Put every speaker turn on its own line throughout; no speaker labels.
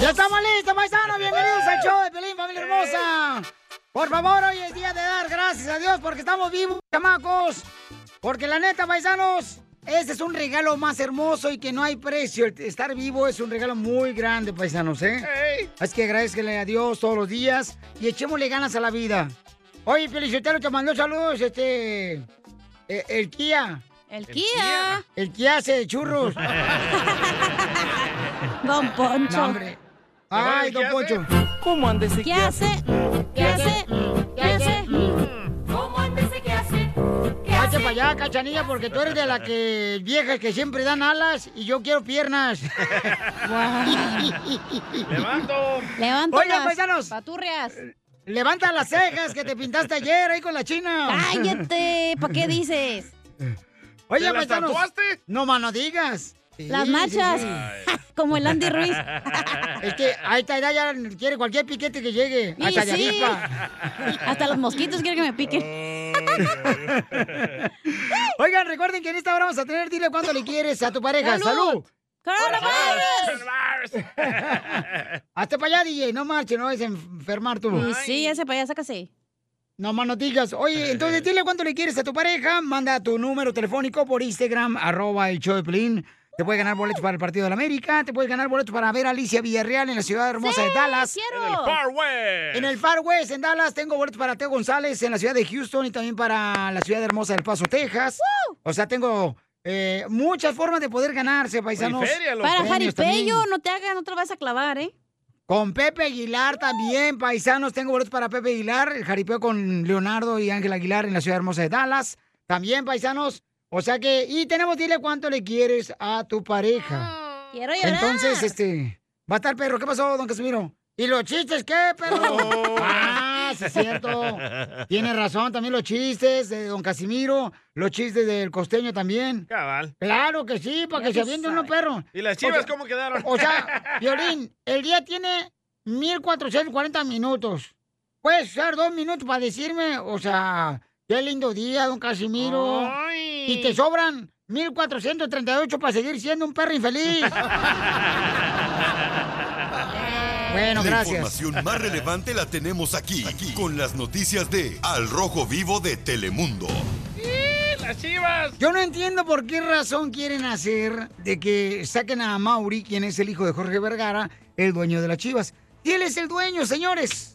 ¡Ya estamos listos, paisanos! ¡Bienvenidos al show de Pelín, familia hermosa! Por favor, hoy es día de dar gracias a Dios porque estamos vivos, chamacos. Porque la neta, paisanos, ese es un regalo más hermoso y que no hay precio. El estar vivo es un regalo muy grande, paisanos, ¿eh? Así que agradezcanle a Dios todos los días y echémosle ganas a la vida. Oye, Felicitero, te mandó saludos, este... eh, El Kia.
El Kia.
El Kia hace churros. Don Poncho. Ay, Don Poncho. ¿Cómo andes?
¿Qué hace? ¿Qué hace? ¿Qué hace?
¿Cómo andes? ¿Qué hace? Hazte para allá, cachanilla, porque tú eres de las que viejas que siempre dan alas y yo quiero piernas.
Levanto. Levanto
Oigan,
las
paisanos.
Paturrias.
Levanta las cejas que te pintaste ayer ahí con la china.
Cállate, ¿pa' qué dices?
Oye,
¿Te las
paisanos.
tatuaste?
No, mano, digas.
Las marchas. Como el Andy Ruiz.
Es que a esta edad ya quiere cualquier piquete que llegue.
Y
hasta de
sí.
avispa.
Hasta los mosquitos quieren que me piquen.
Oigan, recuerden que en esta hora vamos a tener dile cuánto le quieres a tu pareja.
¡Salud!
¡Salud!
¡Coronavirus!
Hasta para allá, DJ, no marche, no es enfermar tú.
Y sí, ese payaso sácase. Eh.
No más no digas. Oye, entonces dile cuánto le quieres a tu pareja. Manda tu número telefónico por Instagram, arroba el show de Pelín. Te puedes ganar boletos para el Partido de la América. Te puedes ganar boletos para ver a Alicia Villarreal en la ciudad hermosa de Dallas.
quiero. En el Far West.
En el Far West, en Dallas. Tengo boletos para Teo González en la ciudad de Houston y también para la ciudad hermosa del Paso, Texas. O sea, tengo eh, muchas formas de poder ganarse,
pues,
paisanos.
Para
Premios también.
Jaripello, no te hagan, no te lo vas a clavar, ¿eh?
Con Pepe Aguilar también, paisanos. Tengo boletos para Pepe Aguilar. El jaripeo con Leonardo y Ángel Aguilar en la ciudad hermosa de Dallas. También, paisanos. O sea que, y tenemos, dile cuánto le quieres a tu pareja.
Quiero llorar.
Entonces, este, va a estar perro. ¿Qué pasó, don Casimiro? ¿Y los chistes qué, perro? Ah, sí, es cierto. Tiene razón, también los chistes de don Casimiro, los chistes del costeño también.
Cabal.
Claro que sí, para
Ya
que se
tú
avienten
sabes.
unos perros.
¿Y las chivas
Porque-
cómo quedaron?
O sea, Violín, el día tiene 1440 minutos. Puedes usar dos minutos para decirme, o sea, qué lindo día, don Casimiro. Y te sobran 1438 para seguir siendo un perro infeliz. Bueno,
la
gracias.
información más relevante la tenemos aquí, aquí, con las noticias de Al Rojo Vivo de Telemundo.
las chivas. Yo no entiendo por qué razón quieren hacer de que saquen a Mauri, quien es el hijo de Jorge Vergara, el dueño de las chivas. Y él es el dueño, señores.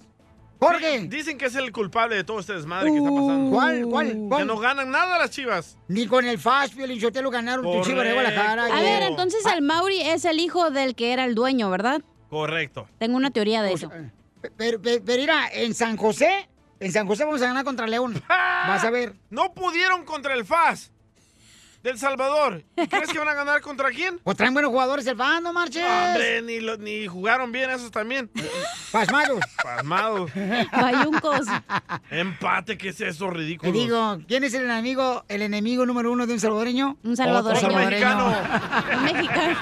Jorge.
Dicen que es el culpable de todo este desmadre que está pasando.
Uh, ¿Cuál, cuál, cuál?
Que no ganan nada las chivas.
Ni con el Fash, Piolín Sotelo ganaron tu Chivas de Guadalajara.
Correcto.
A ver, entonces
ah.
el Mauri es el hijo del que era el dueño, ¿verdad?
Correcto.
Tengo una teoría de eso.
eh, Pero, pero- pero mira, en San José, eh, en San José vamos a ganar contra León. Vas a ver.
No pudieron contra el FAS del Salvador. ¿Y crees que van a ganar contra quién?
O Pues traen buenos jugadores el FAS, no marches.
Hombre, ni, lo- ni jugaron bien esos también.
Pasmados.
Pasmados.
Bayuncos.
Empate, ¿qué es eso ridículo?
Te digo, ¿quién es el enemigo, el enemigo número uno de un salvadoreño? Un
salvadoreño. Otro mexicano.
mexicano.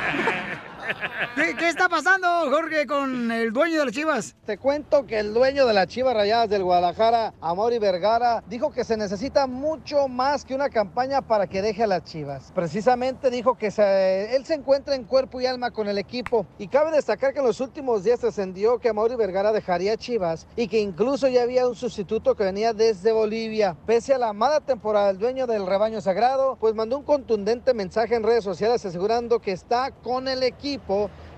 ¿Qué, qué está pasando, Jorge, con el dueño de las chivas?
Te cuento que el dueño de las Chivas Rayadas del Guadalajara, Amori Vergara, dijo que se necesita mucho más que una campaña para que deje a las Chivas. Precisamente dijo que se- él se encuentra en cuerpo y alma con el equipo. Y cabe destacar que en los últimos días trascendió que Amori Vergara dejaría Chivas y que incluso ya había un sustituto que venía desde Bolivia. Pese a la mala temporada, el dueño del rebaño sagrado pues mandó un contundente mensaje en redes sociales asegurando que está con el equipo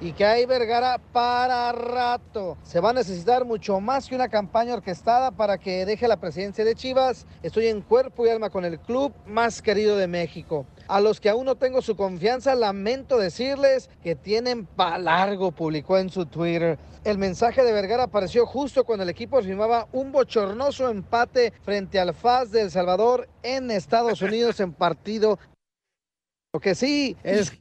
y que hay Vergara para rato. Se va a necesitar mucho más que una campaña orquestada para que deje la presidencia de Chivas. Estoy en cuerpo y alma con el club más querido de México. A los que aún no tengo su confianza, lamento decirles que tienen pa' largo, publicó en su Twitter. El mensaje de Vergara apareció justo cuando el equipo firmaba un bochornoso empate frente al FAS de El Salvador en Estados Unidos en partido. Lo que sí es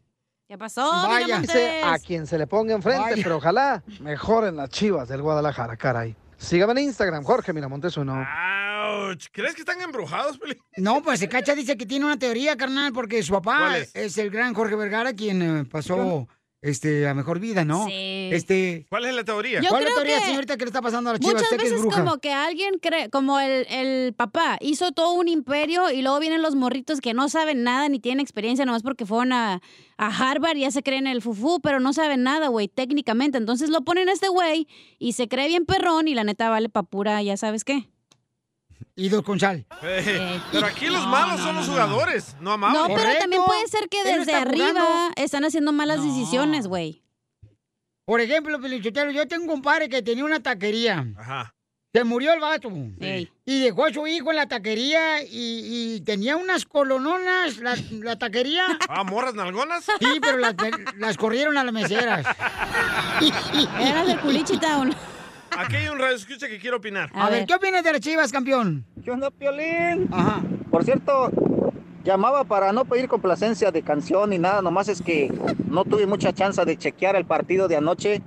¿Qué pasó,
Váyanse
Miramontes?
a quien se le ponga enfrente,
Vaya.
pero ojalá mejoren las chivas del Guadalajara, caray. Sígame en Instagram, Jorge Miramontes uno.
¡Auch! ¿Crees que están embrujados, Pelín?
No, pues el Cacha dice que tiene una teoría, carnal, porque su papá
¿Cuál
es?
es?
el gran Jorge Vergara, quien eh, pasó este, la mejor vida, ¿no?
Sí.
Este,
¿Cuál es la teoría?
Yo
¿Cuál es la
creo
teoría,
que
señorita, que le está pasando a las chivas?
Muchas
Usted que es
veces
bruja.
como que alguien cree, como el, el papá hizo todo un imperio y luego vienen los morritos que no saben nada ni tienen experiencia nomás porque fueron a, a Harvard y ya se creen el fufú, pero no saben nada, güey, técnicamente. Entonces lo ponen a este güey y se cree bien perrón y la neta vale pa' pura, ya sabes qué.
Y dos con sal.
Eh, pero aquí los malos son los jugadores, no
no,
amables.
pero
correcto.
también puede ser que
Él no
desde
está
arriba
jugando.
están haciendo malas
No.
decisiones, güey.
Por ejemplo, Pelichotelo, yo tengo un padre que tenía una taquería.
Ajá.
Se murió el vato.
Ey.
Y dejó a su hijo en la taquería y, y tenía unas colononas, la, la taquería.
Ah, morras nalgonas.
Sí, pero las, las corrieron a las meseras.
Era del Culichi Town.
Aquí hay un radio escucha que quiere opinar.
A, ver, ¿qué opinas de las chivas, campeón?
¿Qué onda, Piolín?
Ajá.
Por cierto, llamaba para no pedir complacencia de canción ni nada, nomás es que no tuve mucha chance de chequear el partido de anoche.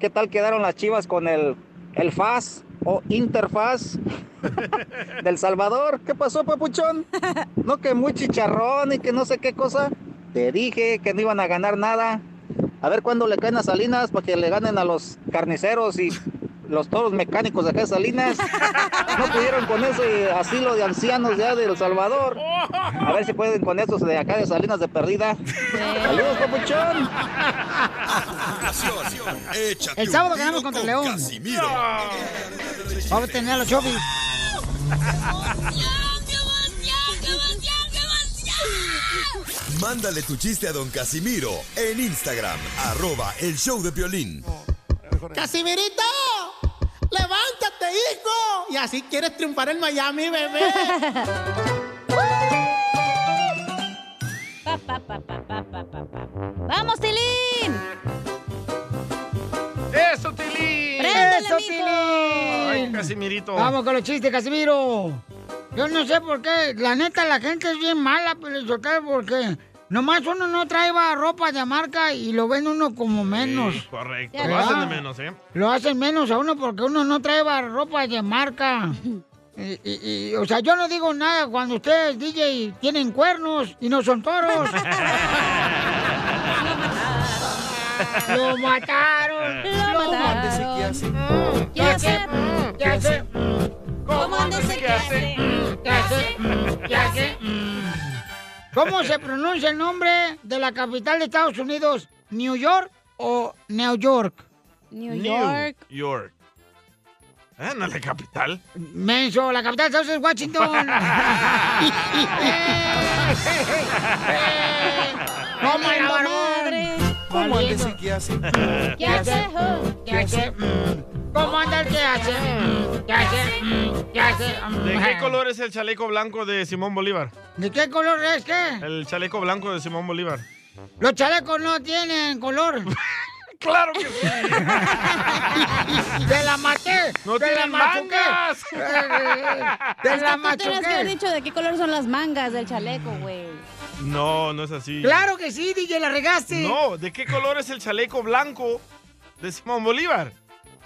¿Qué tal quedaron las chivas con el, el FAS o Interfaz del Salvador? ¿Qué pasó, papuchón? No, que muy chicharrón y que no sé qué cosa. Te dije que no iban a ganar nada. A ver cuándo le caen a Salinas para que le ganen a los carniceros y los toros mecánicos de acá de Salinas. No pudieron con ese asilo de ancianos ya de El Salvador. A ver si pueden con estos de acá de Salinas de Perdida. Saludos, papuchón.
Échate
El
un
sábado
tiro
ganamos contra
con
León.
Casimiro.
Vamos a tener a los chovis.
Mándale tu chiste a don Casimiro en Instagram, arroba el show de violín.
¡Casimirito! ¡Levántate, hijo! Y así quieres triunfar en Miami, bebé.
Pa, pa, pa, pa, pa, pa, pa, pa. ¡Vamos, Tilín!
¡Eso, Tilín!
¡Préndele,
¡Eso,
mijo!
Ay,
Tilín!
Casimirito.
Vamos con los chistes, Casimiro. Yo no sé por qué. La neta, la gente es bien mala, pero yo qué, porque nomás uno no trae va, ropa de marca y lo ven uno como menos.
Sí, correcto.
Ya
Lo hacen de
va.
menos, ¿eh?
Lo hacen menos a uno porque uno no trae va, ropa de marca. Y, y- y, o sea, yo no digo nada cuando ustedes, DJ, tienen cuernos y no son toros. ¡Lo mataron!
Lo mataron. ¿Qué hace?
Mm, ¿Qué hace?
¿Cómo andas qué hace?
Ya sé, ya sé. ¿Cómo se pronuncia el nombre de la capital de Estados Unidos? ¿New York o New York?
New York.
New York. Ah, no, la capital.
Menso, la capital de Estados Unidos es Washington. Eh, ¡No me la
madre!
¿Cómo anda ese que hace?
¿Qué hace?
¿Qué hace? Mm. ¿Cómo anda el que hace? Mm. ¿Qué hace? Mm. ¿Qué hace?
um,
Mm.
¿De qué color es el chaleco blanco de Simón Bolívar?
¿De qué color es que?
El chaleco blanco de Simón Bolívar.
Los chalecos no tienen color.
¡Claro que sí!
¡Te la maté!
¡No
¡Te la
tienen
machuqué!
mangas!
Eh, eh, eh, ¡Te la
Tú tenías que haber
machuqué!
dicho de qué color son las mangas del chaleco, güey.
No, no es así.
¡Claro que sí, DJ! ¡La regaste!
No, ¿de qué color es el chaleco blanco de Simón Bolívar?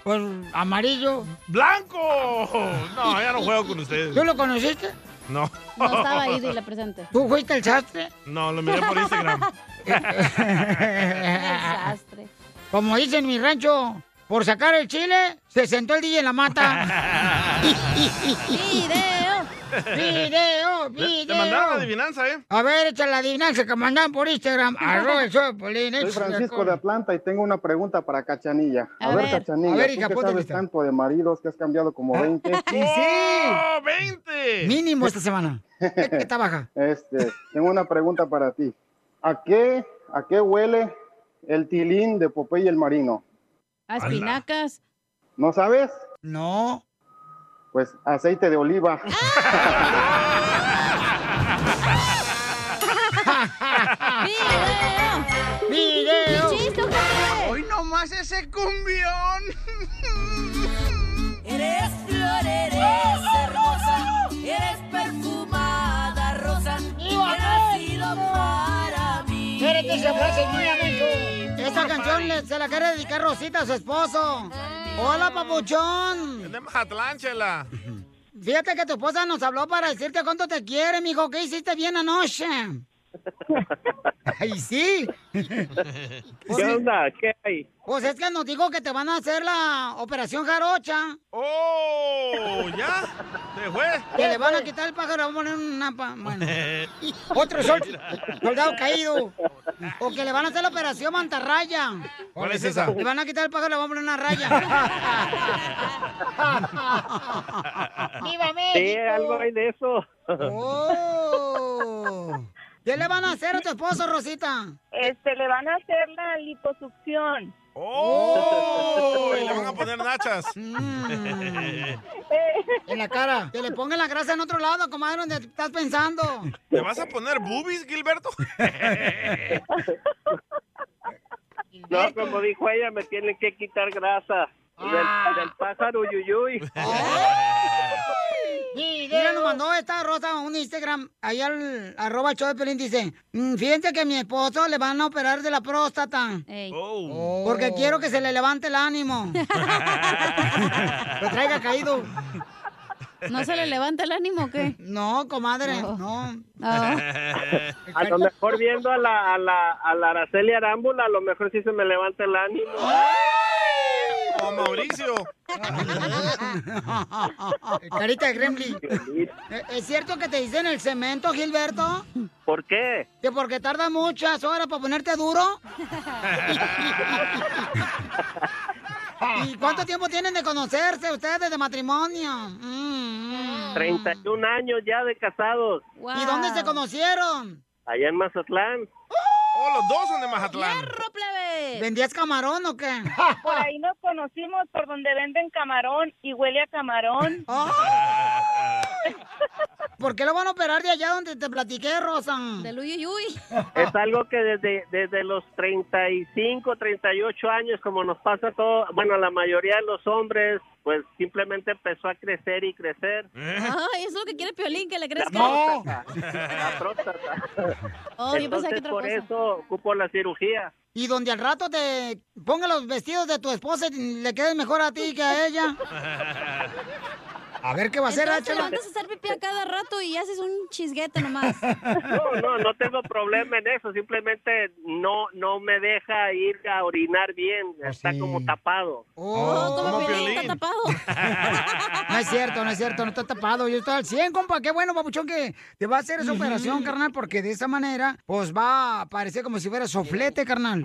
Pues amarillo.
¡Blanco! No, ya no juego con ustedes.
¿Tú lo conociste?
No.
No estaba ahí, y la presente.
¿Tú fuiste el sastre? Eh,
No, lo miré por Instagram.
Qué desastre.
Como dicen en mi rancho, por sacar el chile, se sentó el DJ en la mata. ¡Video! ¡Video!
Le- le
¡Video!
mandaron la adivinanza, ¿eh?
A ver, echa la adivinanza que mandan por Instagram. Arroba el show de Piolín,
Soy
échale la
Francisco
col-
de Atlanta y tengo una pregunta para Cachanilla. A,
A
ver,
ver.
Cachanilla,
A ver,
¿tú
hija,
que
ponte
sabes
lista.
tanto de maridos que has cambiado como 20?
¡Y sí!
¡20!
Mínimo esta semana. Está baja.
Este, tengo una pregunta para ti. ¿A qué, ¿A qué huele el tilín de Popeye el Marino?
A espinacas.
¿No sabes?
No.
Pues aceite de oliva.
¡Video! ¡Video!
¡Hoy nomás ese cumbión!
Eres flor, eres hermosa, eres perfumada rosa.
¡Viva
que nacido para mí.
Quiere que se frase muy amigo. Esta canción le- se la quiere dedicar Rosita a su esposo. Hola, papuchón.
Es de Mazatlán, chela.
Fíjate que tu esposa nos habló para decirte cuánto te quiere, mijo. ¿Qué hiciste bien anoche? ¡Ay, sí!
¿Qué onda? ¿Qué hay?
Pues es que nos dijo que te van a hacer la operación jarocha.
¡Oh! ¿Ya? ¿Te fue?
Que le van a quitar el pájaro, vamos a poner una... pa- Bueno, otro sol, soldado caído. O que le van a hacer la operación mantarraya.
¿Cuál es esa?
Le van a quitar el pájaro, le van a poner una raya. ¡Viva México!
Sí, algo hay de eso.
¡Oh! ¿Qué le van a hacer a tu esposo, Rosita?
Este, le van a hacer la liposucción.
¡Oh! Y le van a poner nachas.
Mm. En la cara. Que le pongan la grasa en otro lado, comadre, donde estás pensando.
¿Te vas a poner boobies, Gilberto?
No, como dijo ella, me tienen que quitar grasa. Del,
Ah.
del pájaro yuyuy.
Mira, nos mandó esta Rosa a un Instagram, ahí al arroba el show de Pelín, dice, "Mm, fíjense que a mi esposo le van a operar de la próstata.
Oh.
Porque quiero que se le levante el ánimo. Lo traiga caído.
¿No se le levanta el ánimo o qué?
No, comadre, no.
A lo mejor viendo a la, a la, a la Araceli Arámbula, a lo mejor sí se me levanta el ánimo.
¡O Mauricio!
Carita de Gremlin. ¿E- ¿Es cierto que te dicen el cemento, Gilberto?
¿Por qué?
¿Que porque tarda muchas horas para ponerte duro? ¿Y cuánto tiempo tienen de conocerse ustedes de matrimonio? Mm, mm.
31 años ya de casados.
¿Y dónde se conocieron?
Allá en Mazatlán.
¡Oh, los dos son de Mazatlán!
¿Vendías camarón o qué?
Por ahí nos conocimos, por donde venden camarón y huele a camarón.
Oh. ¿Por qué lo van a operar de allá donde te platiqué, Rosa? Del
uyuyuy.
Es algo que desde, desde los 35, 38 años, como nos pasa a todo, bueno, a la mayoría de los hombres, pues simplemente empezó a crecer y crecer.
Ay, es lo que quiere Piolín, que le crezca.
La próstata.
Oh, yo pensaba que
Entonces,
otra
por
cosa.
eso ocupo la cirugía.
¿Y donde al rato te ponga los vestidos de tu esposa y le queden mejor a ti que a ella? A ver qué va a hacer,
Entonces,
Áchela.
mandas a hacer pipí a cada rato y haces un chisguete nomás.
No, no, no tengo problema en eso. Simplemente no no me deja ir a orinar bien. Está como tapado.
Oh,
como Piolín, está tapado.
No es cierto, no es cierto, no está tapado. Yo estoy al 100, compa. Qué bueno, papuchón, que te va a hacer esa operación, carnal, porque de esa manera, pues va a parecer como si fuera soflete, carnal.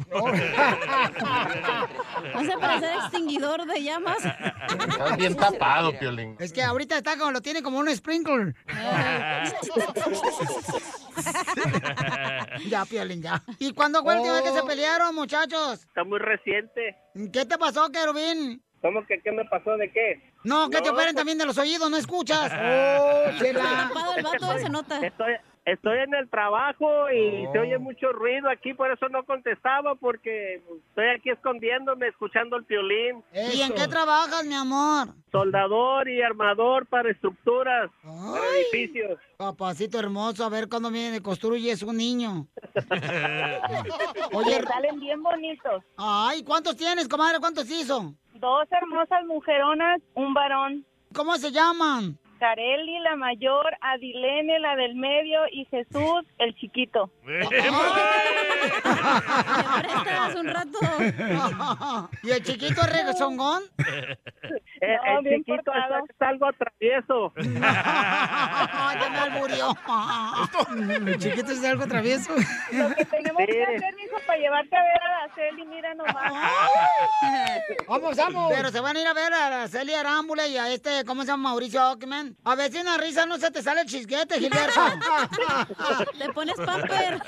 Hace parecer extinguidor de llamas.
Estás bien tapado, Piolín.
Es que ahorita está como, lo tiene como un sprinkler. Ya, Piolín, ya. ¿Y cuándo fue la última vez que se pelearon, muchachos?
Oh. Está muy reciente.
¿Qué te pasó, Querubín?
¿Cómo que qué me pasó de qué?
No, que te
No,
operen
pues-
también de los oídos, no escuchas. Oh, chela.
Estoy, estoy en el trabajo y
Oh.
se oye mucho ruido aquí, por eso no contestaba, porque estoy aquí escondiéndome, escuchando el violín.
¿Y en qué trabajas, mi amor?
Soldador y armador para estructuras, para edificios.
Papacito hermoso, a ver cuándo viene, construyes un niño.
Oye,
Oye,
salen bien bonitos.
Ay, ¿cuántos tienes, comadre? ¿Cuántos hizo?
Dos hermosas mujeronas, un varón.
¿Cómo se llaman?
Carelli, la mayor, Adilene, la del medio, y Jesús, el chiquito.
prestas un rato?
¿Y el chiquito regresongón?
Eh,
No,
el
bien
chiquito
portado.
es, es algo travieso.
ya me alburió.
Ah.
El chiquito es algo travieso.
Lo que tenemos que hacer, mijo, para llevarte a ver a la Celi, mira nomás.
Vamos, vamos. Ah. Pero se van a ir a ver a Araceli Arámbula y a este, ¿cómo se llama? Mauricio Ockman. A ver si en la risa no se te sale el chisguete, Gilberto.
Le pones pamper.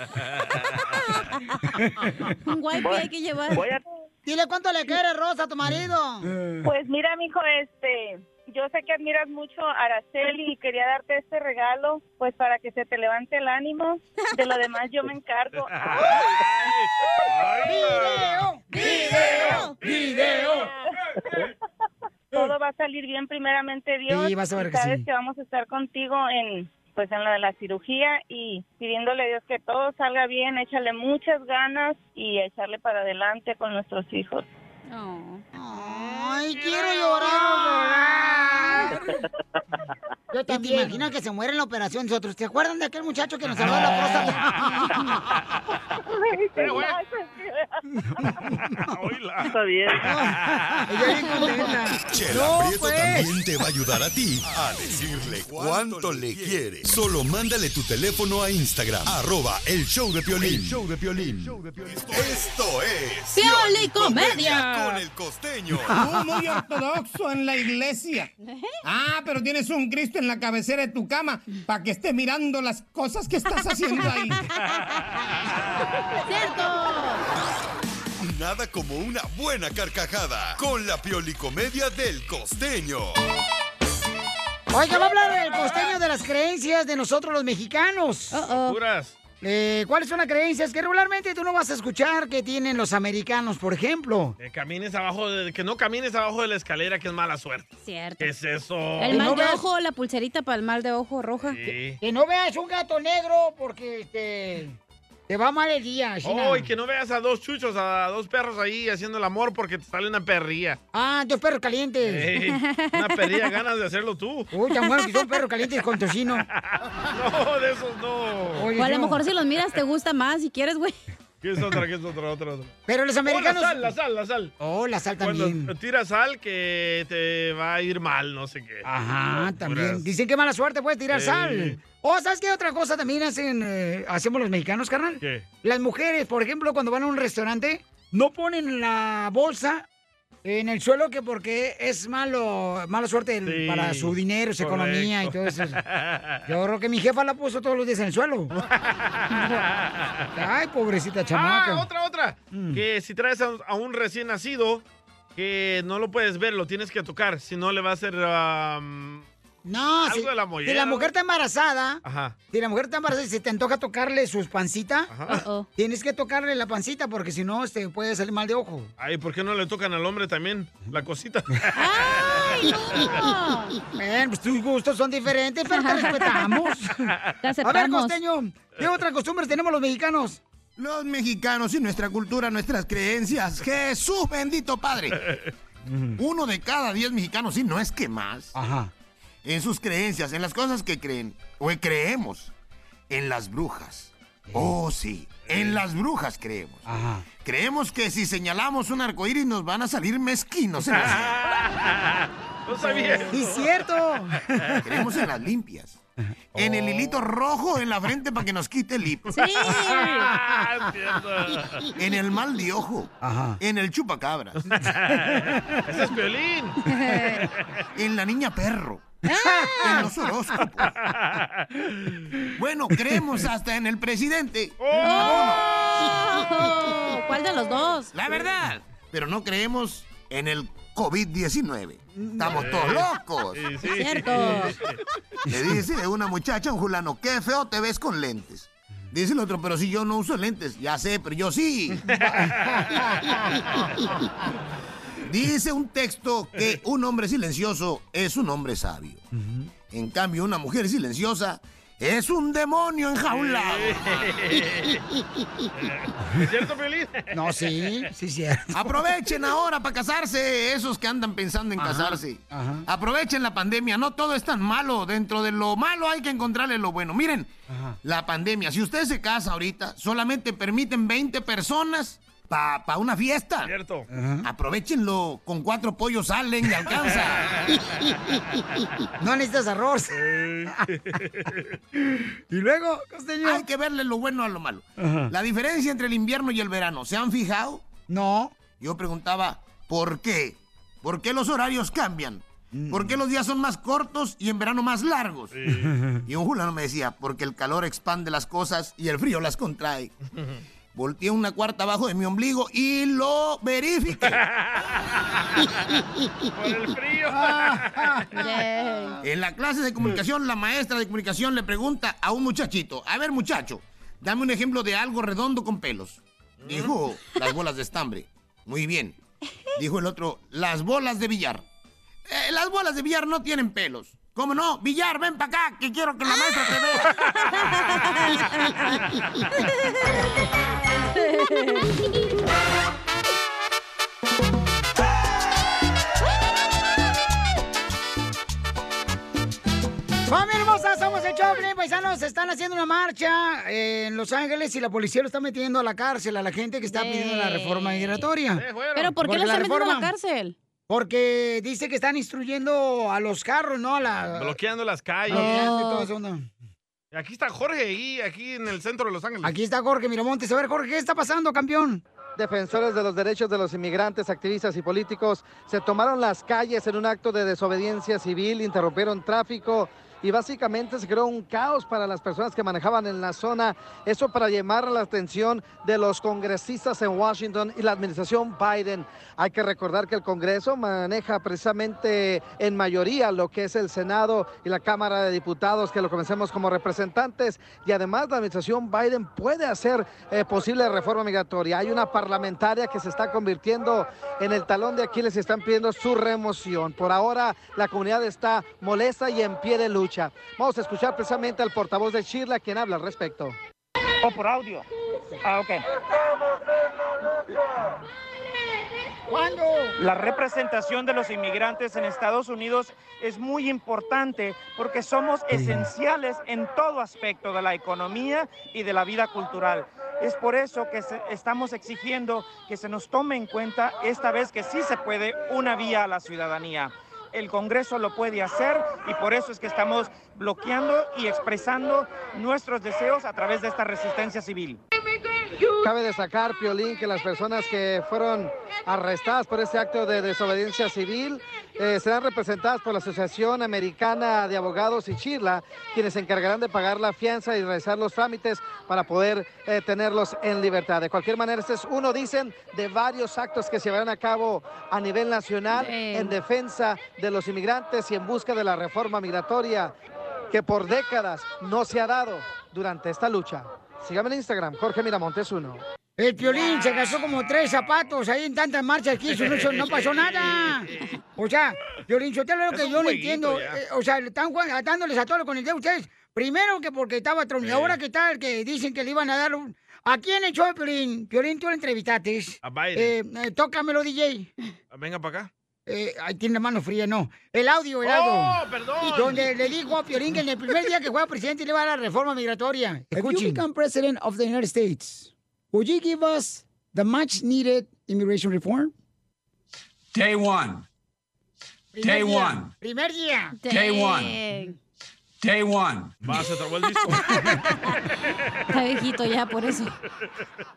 Un
wipe hay que llevar. Voy a-
Dile cuánto le quieres, Rosa, a tu marido.
Mm.
Pues mira, mijo, este, yo sé que admiras mucho a Araceli y quería darte este regalo, pues para que se te levante el ánimo. De lo demás yo me encargo.
¡Video! ¡Video! ¡Video!
Todo va a salir bien, primeramente Dios.
Sí, vas a ver
Y
que
sabes
sí.
que vamos a estar contigo en pues en lo de la cirugía y pidiéndole a Dios que todo salga bien, échale muchas ganas y echarle para adelante con nuestros hijos.
Ay, quiero llorar. Yo también. ¿Te imaginas que se muere en la operación de otros? ¿Te acuerdan de aquel muchacho que nos salvó de la próstata?
Pero bueno.
pues,
Está bien.
Chela
No,
Prieto
pues.
también te va a ayudar a ti a decirle cuánto le quiere. Solo mándale tu teléfono a Instagram, arroba el show de Piolín. show de Piolín. Esto es...
Pioli
Comedia
Comedia.
Con el costeño.
Tú muy ortodoxo en la iglesia. Ah, pero tienes un Cristo en la cabecera de tu cama para que esté mirando las cosas que estás haciendo ahí.
Nada como una buena carcajada con la piolicomedia del costeño.
Oiga, va a hablar el costeño de las creencias de nosotros los mexicanos.
Puras.
Eh, ¿Cuáles son las creencias que regularmente tú no vas a escuchar que tienen los americanos, por ejemplo?
Que camines abajo de- que no camines abajo de la escalera, que es mala suerte.
Cierto.
¿Qué es eso?
El mal de ojo, la pulserita para el mal de ojo roja.
Sí.
Que no veas un gato negro porque este, te va mal el día. China.
Oh, y que no veas a dos chuchos, a dos perros ahí haciendo el amor porque te sale una perría.
Ah, dos perros calientes.
Ey, una perría, ganas de hacerlo tú.
Uy, tan bueno que son perros calientes con tocino.
No, de esos no.
o a lo mejor si los miras te gusta más si quieres, güey.
¿Qué es otra? ¿Qué es otra? otra, otra?
Pero los
Oh, la
americanos-
sal, la sal, la sal.
Oh, la sal también.
Cuando tiras sal que te va a ir mal, no sé qué.
Ajá,
Puras.
también. Dicen que mala suerte puedes tirar
Sí.
sal. O, ¿sabes qué otra cosa también hacen, eh, hacemos los mexicanos, carnal?
¿Qué?
Las mujeres, por ejemplo, cuando van a un restaurante, no ponen la bolsa en el suelo que porque es malo, mala suerte el-
Sí,
para su dinero, su
correcto.
economía y todo eso. Yo creo que mi jefa la puso todos los días en el suelo. Ay, pobrecita chamaca. Mm.
Ah, otra, otra. Que si traes a, a un recién nacido, que no lo puedes ver, lo tienes que tocar, si no le va a hacer am,
No,
algo
si,
de la
si
mollera.
mujer está embarazada,
Ajá.
si la mujer está embarazada y se te antoja tocarle sus pancita, tienes que tocarle la pancita porque si no te puede salir mal de ojo.
Ay, ¿por qué no le tocan al hombre también la cosita?
Ven, pues tus gustos son diferentes, pero te respetamos. A ver,
aceptamos.
costeño, ¿qué otra costumbre tenemos los mexicanos?
Los mexicanos y nuestra cultura, nuestras creencias. Jesús bendito Padre. Uno de cada diez mexicanos, sí, no es que más. En sus creencias, en las cosas que creen o que creemos. En las brujas. Oh, sí. En las brujas creemos. Creemos que si señalamos un arcoíris nos van a salir mezquinos. En las...
no sabía.
Sí,
cierto.
Creemos en las limpias. En el hilito rojo en la frente para que nos quite el hipo.
Sí. Ah, cierto.
en el mal de ojo. En el chupacabras.
Ese es Piolín.
en la niña perro.
Ah.
en los horóscopos. Bueno, creemos hasta en el presidente.
¡Oh! ¿Cuál de los dos?
La verdad. Pero no creemos en el COVID-19. Estamos todos locos.
Sí, sí. Cierto.
Le dice una muchacha a un fulano, qué feo te ves con lentes. Dice el otro, pero si yo no uso lentes, ya sé, pero yo sí. dice un texto que un hombre silencioso es un hombre sabio. En cambio, una mujer silenciosa es un demonio enjaulado.
¿Es cierto, Piolín?
No, sí, sí, sí.
Aprovechen ahora para casarse, esos que andan pensando en
Ajá,
casarse. Aprovechen la pandemia, no todo es tan malo. Dentro de lo malo hay que encontrarle lo bueno. Miren, la pandemia, si usted se casa ahorita, solamente permiten 20 personas para una fiesta.
Cierto.
Aprovechenlo, con cuatro pollos salen y alcanza.
no necesitas arroz.
y luego, Hay que verle lo bueno a lo malo. La diferencia entre el invierno y el verano, ¿se han fijado? No. Yo preguntaba, ¿por qué? ¿Por qué los horarios cambian?
Mm.
¿Por qué los días son más cortos y en verano más largos? Y un fulano me decía, porque el calor expande las cosas y el frío las contrae. Volteé una cuarta abajo de mi ombligo y lo verifiqué. Por el frío. En la clase de comunicación, la maestra de comunicación le pregunta a un muchachito, a ver muchacho, dame un ejemplo de algo redondo con pelos. Dijo, las bolas de estambre. Muy bien. Dijo el otro, las bolas de billar. "Eh, las bolas de billar no tienen pelos. ¿Cómo no? Billar, ven para acá, que quiero que la maestra te vea.
¡Familia hermosa! Somos el Choplin, paisanos. Están haciendo una marcha eh, en Los Ángeles y la policía lo está metiendo a la cárcel a la gente que está pidiendo la reforma migratoria.
¿Pero por qué
Porque
los están metiendo a la
reforma-
cárcel?
Porque dice que están instruyendo a los carros, ¿no? A la...
Ah, Bloqueando las calles.
bloqueaste
Oh.
todo eso, ¿no?
Aquí está Jorge, y aquí en el centro de Los Ángeles.
Aquí está Jorge Miramontes. A ver, Jorge, ¿qué está pasando, campeón?
Defensores de los derechos de los inmigrantes, activistas y políticos se tomaron las calles en un acto de desobediencia civil, interrumpieron tráfico y básicamente se creó un caos para las personas que manejaban en la zona. Eso para llamar la atención de los congresistas en Washington y la administración Biden. Hay que recordar que el Congreso maneja precisamente en mayoría lo que es el Senado y la Cámara de Diputados, que lo comencemos como representantes. Y además la administración Biden puede hacer eh, posible reforma migratoria. Hay una parlamentaria que se está convirtiendo en el talón de Aquiles y están pidiendo su remoción. Por ahora la comunidad está molesta y en pie de lucha. Vamos a escuchar precisamente al portavoz de Shirla quien habla al respecto.
O Oh, por audio. Ah, ok.
¿Cuándo?
La representación de los inmigrantes en Estados Unidos es muy importante porque somos esenciales en todo aspecto de la economía y de la vida cultural. Es por eso que se- estamos exigiendo que se nos tome en cuenta esta vez que sí se puede una vía a la ciudadanía. El Congreso lo puede hacer y por eso es que estamos bloqueando y expresando nuestros deseos a través de esta resistencia civil.
Cabe destacar, Piolín, que las personas que fueron arrestadas por este acto de desobediencia civil eh, serán representadas por la Asociación Americana de Abogados y Chirla, quienes se encargarán de pagar la fianza y realizar los trámites para poder eh, tenerlos en libertad. De cualquier manera, este es uno, dicen, de varios actos que se llevarán a cabo a nivel nacional en defensa de los inmigrantes y en busca de la reforma migratoria que por décadas no se ha dado durante esta lucha. Sígame en Instagram, Jorge Miramontes 1.
El Piolín se casó como tres zapatos ahí en tantas marchas que hizo, no, hizo- no pasó nada. O sea, Piolín, yo te lo que yo no entiendo. eh, o sea, le están jugando- atándoles a todos con el dedo ustedes. Primero que porque estaba Trump, y ahora que tal, que dicen que le iban a dar un... ¿A quién echó el Piolín? Piolín, tú lo entrevistaste.
A Biden.
Eh, eh, tócamelo, DJ.
Ah, Venga para acá.
Eh, ay, tiene la mano fría, no. El audio, el audio.
Oh, perdón.
Donde le dijo a Piolín que en el primer día que juega presidente le va a la reforma migratoria.
If you
Escuchen.
become president of the United States, would you give us the much needed immigration reform?
Day one.
Primer
Day
día,
one.
Primer día.
Day one. Day one.
Va, Ah, se trabó el disco.
Está viejito ya, por eso.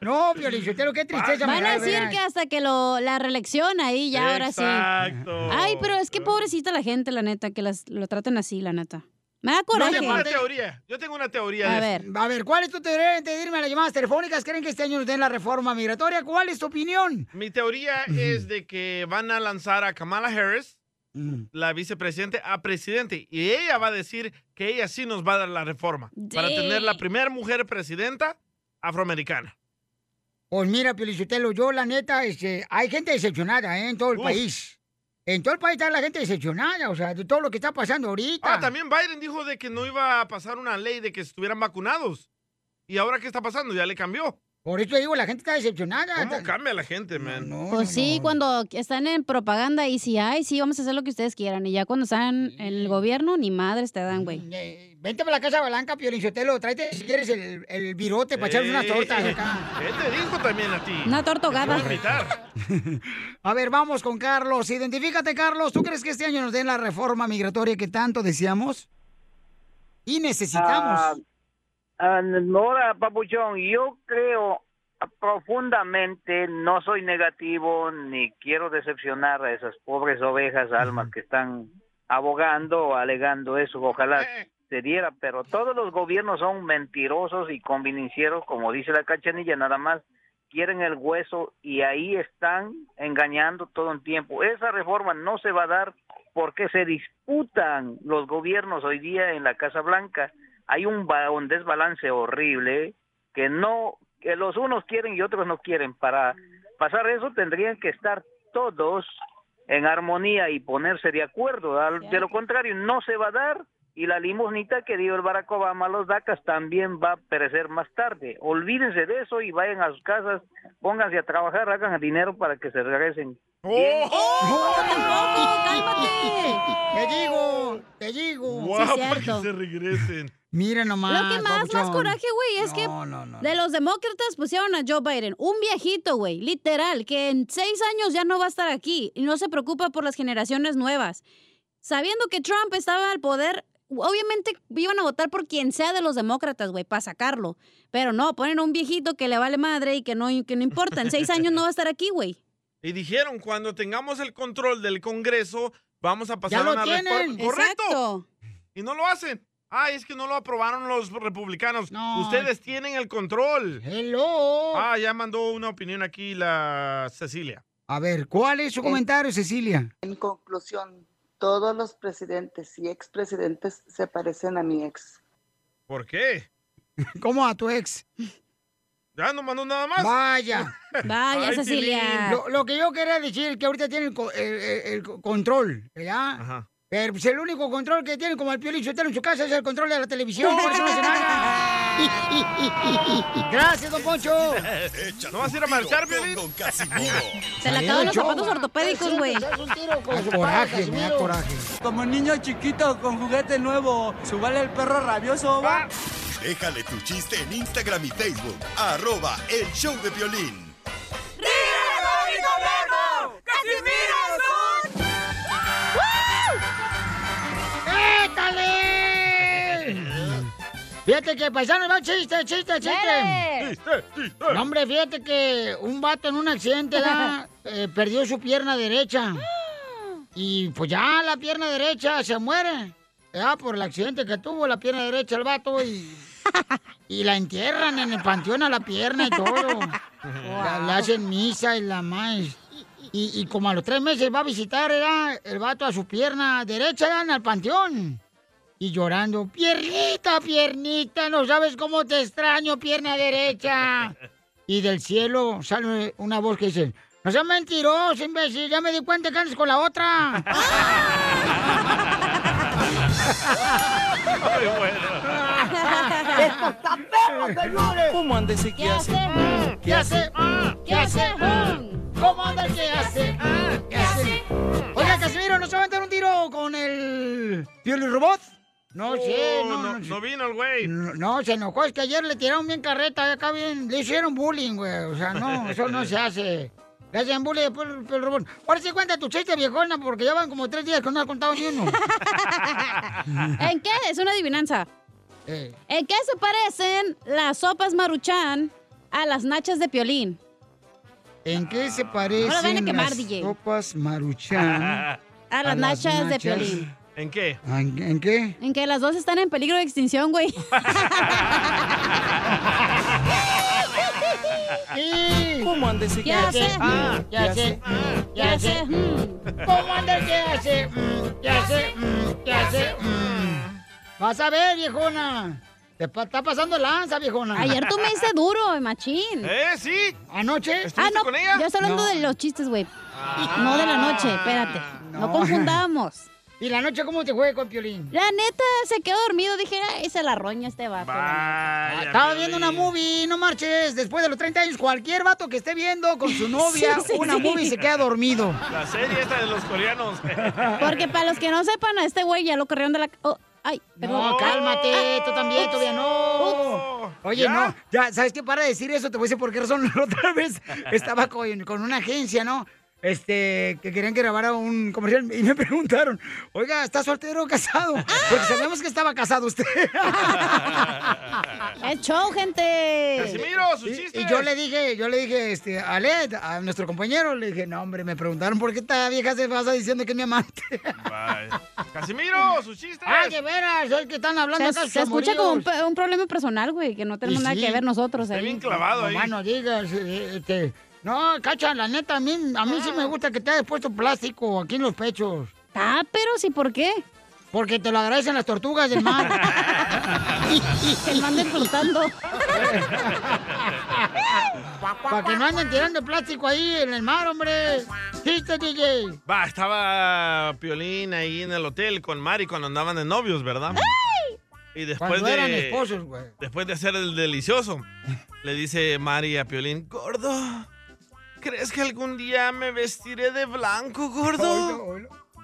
No, Piolín, qué tristeza.
Van
me
a
da,
decir
¿verdad?
que hasta que lo, la reelección ahí ya ahora sí.
Exacto.
Ay, pero es que pobrecita la gente, la neta, que las, lo tratan así, la neta. Me da
Yo
coraje.
tengo una teoría. Yo tengo una teoría. de esto.
A ver, ¿cuál es tu teoría de irme a las llamadas telefónicas? ¿Creen que este año nos den la reforma migratoria? ¿Cuál es tu opinión?
Mi teoría es de que van a lanzar a Kamala Harris, la vicepresidente, a presidente. Y ella va a decir que ella sí nos va a dar la reforma para
Sí.
tener la primera mujer presidenta afroamericana.
Pues mira, Piolichotelo, yo la neta, este, hay gente decepcionada ¿eh? en todo el país. En todo el país está la gente decepcionada, o sea, de todo lo que está pasando ahorita.
Ah, también Biden dijo de que no iba a pasar una ley de que estuvieran vacunados. ¿Y ahora qué está pasando? Ya le cambió.
Por eso digo, la gente está decepcionada.
¿Cómo cambia la gente, man?
Pues sí, cuando están en propaganda y si ay, sí, vamos a hacer lo que ustedes quieran. Y ya cuando están en el gobierno, ni madres te dan,
Mm,
güey.
Vente para la Casa Blanca, Piolinsotelo, Eh, tráete si quieres el, el virote para echarle unas tortas acá.
Él te dijo también a ti.
Una torta ahogada.
Te voy a gritar.
A ver, vamos con Carlos. Identifícate, Carlos. ¿Tú crees que este año nos den la reforma migratoria que tanto deseamos? Y necesitamos.
Ah, Nora Papuchón, yo creo profundamente, no soy negativo ni quiero decepcionar a esas pobres ovejas, almas que están abogando o alegando eso, ojalá se diera, pero todos los gobiernos son mentirosos y convenicieros, como dice la cachanilla, nada más quieren el hueso y ahí están engañando todo el tiempo. Esa reforma no se va a dar porque se disputan los gobiernos hoy día en la Casa Blanca. Hay un, ba- un desbalance horrible que no, que los unos quieren y otros no quieren. Para pasar eso tendrían que estar todos en armonía y ponerse de acuerdo. Al- De lo contrario, no se va a dar y la limosnita que dio el Barack Obama a los DACAS también va a perecer más tarde. Olvídense de eso y vayan a sus casas, pónganse a trabajar, hagan dinero para que se regresen.
¡Oh!
Te digo, te digo.
Guau, para
cierto.
que se regresen.
Mira nomás.
Lo que más, más
papuchón.
coraje, güey, es que de los demócratas pusieron a Joe Biden, un viejito, güey, literal, que en seis años ya no va a estar aquí y no se preocupa por las generaciones nuevas. Sabiendo que Trump estaba al poder, obviamente iban a votar por quien sea de los demócratas, güey, para sacarlo. Pero no, ponen a un viejito que le vale madre y que no, que no importa, en seis años no va a estar aquí, güey.
Y dijeron, cuando tengamos el control del Congreso, vamos a pasar
Ya lo
una
tienen.
reforma. ¡Correcto! Y no lo hacen. Ay, es que no lo aprobaron los republicanos. Ustedes tienen el control.
Hello.
Ah, ya mandó una opinión aquí la Cecilia.
A ver, ¿cuál es su
Eh,
comentario, Cecilia?
En conclusión, todos los presidentes y expresidentes se parecen a mi ex.
¿Por qué?
¿Cómo a tu ex?
Ya no mandó nada más.
Vaya.
Vaya, Ay, Cecilia. Piolín.
Lo, lo que yo quería decir que ahorita tiene el, co- el- el- el co- control, ¿verdad?
Ajá.
Pero pues, el único control que tiene como el Piolín Sotelo en su casa es el control de la televisión, por eso no se nada. Gracias, don Poncho.
¿No vas a ir a marchar, Piolín?
Se le acabaron los zapatos ortopédicos, güey.
Me da
Coraje, me da coraje.
Como niño chiquito con juguete nuevo, subale el perro rabioso, va.
Déjale tu chiste en Instagram y Facebook. Arroba el show de violín.
¡Étale! Fíjate que paisano, va chiste, chiste, chiste.
Dale.
No, hombre, fíjate que un vato en un accidente ¿verdad? Eh, perdió su pierna derecha. Y pues ya la pierna derecha se muere. Ya por el accidente que tuvo la pierna derecha el vato y, y la entierran en el panteón a la pierna y todo. La- Le hacen misa y la más. Y, y como a los tres meses va a visitar ¿verdad? el vato a su pierna derecha ¿verdad? en al panteón. Y llorando, piernita, piernita, no sabes cómo te extraño, pierna derecha. Y del cielo sale una voz que dice, no seas mentiroso, imbécil, ya me di cuenta que andas con la otra.
Muy bueno.
¡Esto está perro, señores! ¿Cómo andes y qué hace? ¿Qué hace? ¿Qué hace? ¿Cómo anda el que hace? ¿Qué hace? Oiga, Casimiro, ¿no se va a meter un tiro con el... ¿Pioli Robot? No sé,
Oh,
no,
no, no vino el güey.
No, no, se enojó, es que ayer le tiraron bien carreta, acá bien, le hicieron bullying, güey. O sea, no, eso no se hace. Le hacen bullying después el, el robot. Ahora sí cuenta tu chiste, viejona, porque ya van como tres días que no has contado ni uno.
¿En qué? Es una adivinanza.
Eh,
¿En qué se parecen las sopas maruchan a las nachas de piolín?
¿En qué se parecen
Ahora van a quemar,
las
DJ.
sopas maruchan?
A las nachas de Piolín.
¿En qué?
¿En, en qué?
En que las dos están en peligro de extinción, güey.
¿Cómo andes
y qué hace? Ah,
¿Qué hace? ¿Qué hace? Mm. ¿Cómo anda el que hace? Mm, ¿Qué hace? Mm, ¿Qué hace? Mm. Vas a ver, viejona. Te pa- está pasando lanza, viejona.
Ayer tú me hice duro, machín.
¿Eh? ¿Sí?
¿Anoche? Ah.
Ah, no, yo estoy hablando de los chistes, güey. No de la noche, espérate. No, confundamos.
¿Y la noche cómo te fue con Piolín?
La neta, se quedó dormido. Dije, "Ay, se la roña este vato.
Ah, Estaba viendo una movie, no marches. Después de los 30 años, cualquier vato que esté viendo con su novia
Sí, sí,
una
sí.
movie se queda dormido.
La serie esta de los coreanos.
Porque para los que no sepan, a este güey ya lo corrieron de la... oh, ay, perdón. Ah,
No, cálmate, tú también,
ups,
todavía no. Oye,
¿Ya?
no, ya, ¿sabes qué? Para de decir eso, te voy a decir por qué razón. La otra vez estaba con, con una agencia, ¿no? Este, que querían que grabara un comercial y me preguntaron, oiga, ¿está soltero o casado? Porque sabemos que estaba casado usted.
¡Es show, gente!
¡Casimiro, sus
Y-
chistes!
Y yo le dije, yo le dije, este, a Led, a nuestro compañero, le dije, no, hombre, me preguntaron por qué esta vieja se pasa diciendo que es mi amante.
Casimiro, sus chistes.
Ay, Ah, de veras, es que están hablando acá
se,
sus
se escucha
amoríos.
como un, pe- un problema personal, güey, que no tenemos
Y
nada
sí.
que ver nosotros. ¿eh?
Está
ahí.
bien clavado ahí. Nomás no digas, eh, este, no, cacha, la neta, a mí, a mí sí me gusta que te hayas puesto plástico aquí en los pechos.
Ah, pero sí, ¿por qué?
Porque te lo agradecen las tortugas del mar.
Se manden flotando.
Para que no anden tirando plástico ahí en el mar, hombre. Chiste, DJ.
Va, estaba Piolín ahí en el hotel con Mari cuando andaban de novios, ¿verdad? Y después
Cuando
de.
eran esposos, güey.
Después de hacer el delicioso, le dice Mari a Piolín, gordo, ¿crees que algún día me vestiré de blanco, gordo?